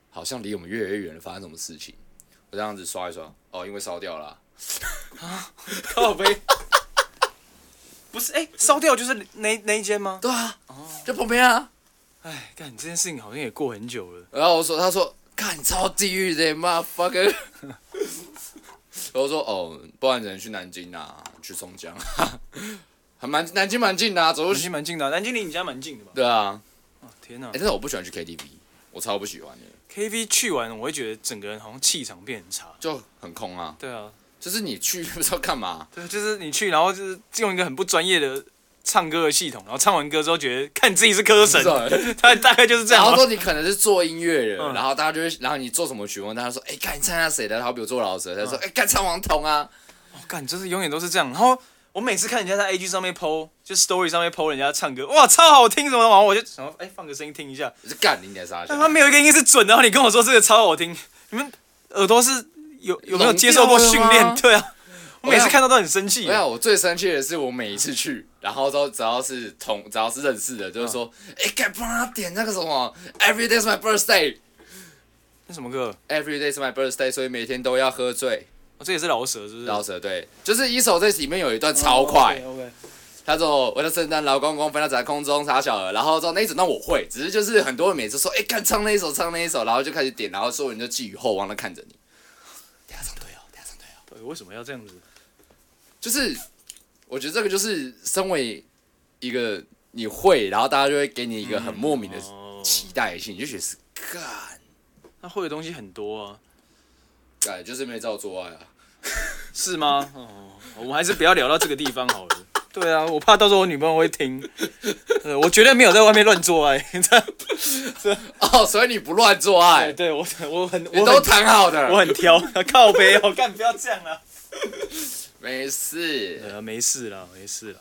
[SPEAKER 1] 好像离我们越来越远了，发生什么事情？我这样子刷一刷，哦，因为烧掉了啊、
[SPEAKER 2] 靠背。 [LAUGHS] 不是，哎、烧掉就是那那一间吗？
[SPEAKER 1] 对啊，
[SPEAKER 2] 哦
[SPEAKER 1] 就旁边啊。
[SPEAKER 2] 哎，干，这件事情好像也过很久了。
[SPEAKER 1] 然后我说，他说，看你超地狱的妈 fucker。然 [LAUGHS] 后我说，哦，不然只能去南京啊，去松江啊，还蛮南京蛮近的、啊，走路
[SPEAKER 2] 南京蛮近的啊、南京离你家蛮近的吧？
[SPEAKER 1] 对
[SPEAKER 2] [LAUGHS]
[SPEAKER 1] 啊，
[SPEAKER 2] 哦天哪、
[SPEAKER 1] 哎、但是我不喜欢去 KTV，我超不喜欢的，
[SPEAKER 2] k v 去完，我会觉得整个人好像气场变很差。
[SPEAKER 1] 就很空啊，
[SPEAKER 2] 对啊，
[SPEAKER 1] 就是你去不知道干
[SPEAKER 2] [LAUGHS]
[SPEAKER 1] 嘛，
[SPEAKER 2] 对，就是你去，然后就是用一个很不专业的唱歌的系统，然后唱完歌之后觉得看你自己是歌神
[SPEAKER 1] 不知，道
[SPEAKER 2] 他大概就是这
[SPEAKER 1] 啊然后
[SPEAKER 2] 样吧。
[SPEAKER 1] 说你可能是做音乐人，
[SPEAKER 2] 嗯
[SPEAKER 1] 然后大家就会，然后你做什么曲风，大家说，哎、看你参加谁的，好比我做老蛇，他
[SPEAKER 2] 嗯
[SPEAKER 1] 说，哎、看唱王彤啊，
[SPEAKER 2] 哦干，就是永远都是这样。然后我每次看人家在 AG 上面 PO，就 Story 上面 PO 人家唱歌，哇，超好听什么的，然后我就想说，哎、放个声音听一下。
[SPEAKER 1] 我是干你点啥？
[SPEAKER 2] 但他没有一个音是准的，然后你跟我说这个超好听，你们耳朵是有有没有接受过训
[SPEAKER 1] 聋掉了
[SPEAKER 2] 练
[SPEAKER 1] 吗？
[SPEAKER 2] 对啊，我每次
[SPEAKER 1] 我要
[SPEAKER 2] 看到都很生气
[SPEAKER 1] 没。有，我最生气的是我每一次去，然后都只要是同只要是认识的，就是说，哎、该帮他点那个什么，Every day is my birthday，Every
[SPEAKER 2] 那什么歌？
[SPEAKER 1] day is my birthday，所以每天都要喝醉。
[SPEAKER 2] 哦，这也是饶舌，是不是？
[SPEAKER 1] 老舍对，就是一首这里面有一段超快，
[SPEAKER 2] OK，
[SPEAKER 1] 他说我的圣诞老公公飞到在空中傻小儿，然后之后那一首那我会，只是就是很多人每次说，哎、看唱那一首，唱那一首，然后就开始点，然后所有人就寄予厚望的看着你。等一下唱对哦，等一下唱对哦。
[SPEAKER 2] 对，为什么要这样子？
[SPEAKER 1] 就是我觉得这个就是身为一个你会，然后大家就会给你一个很莫名的
[SPEAKER 2] 哦
[SPEAKER 1] 期待性，你就觉得是干，
[SPEAKER 2] 那会的东西很多啊，
[SPEAKER 1] 哎，就是没照做爱啊。
[SPEAKER 2] 是吗？哦，我们还是不要聊到这个地方好了。对啊，我怕到时候我女朋友会听。对，我绝对没有在外面乱做爱。
[SPEAKER 1] 哦，所以你不乱做
[SPEAKER 2] 哎，
[SPEAKER 1] 爱，
[SPEAKER 2] [LAUGHS] 对我我很
[SPEAKER 1] 你
[SPEAKER 2] 我
[SPEAKER 1] 都
[SPEAKER 2] 很
[SPEAKER 1] 谈好
[SPEAKER 2] 我
[SPEAKER 1] 的，
[SPEAKER 2] 很挑，靠背哦，干不要这样啦。啊
[SPEAKER 1] 没事。
[SPEAKER 2] 呃，没事啦，没事啦。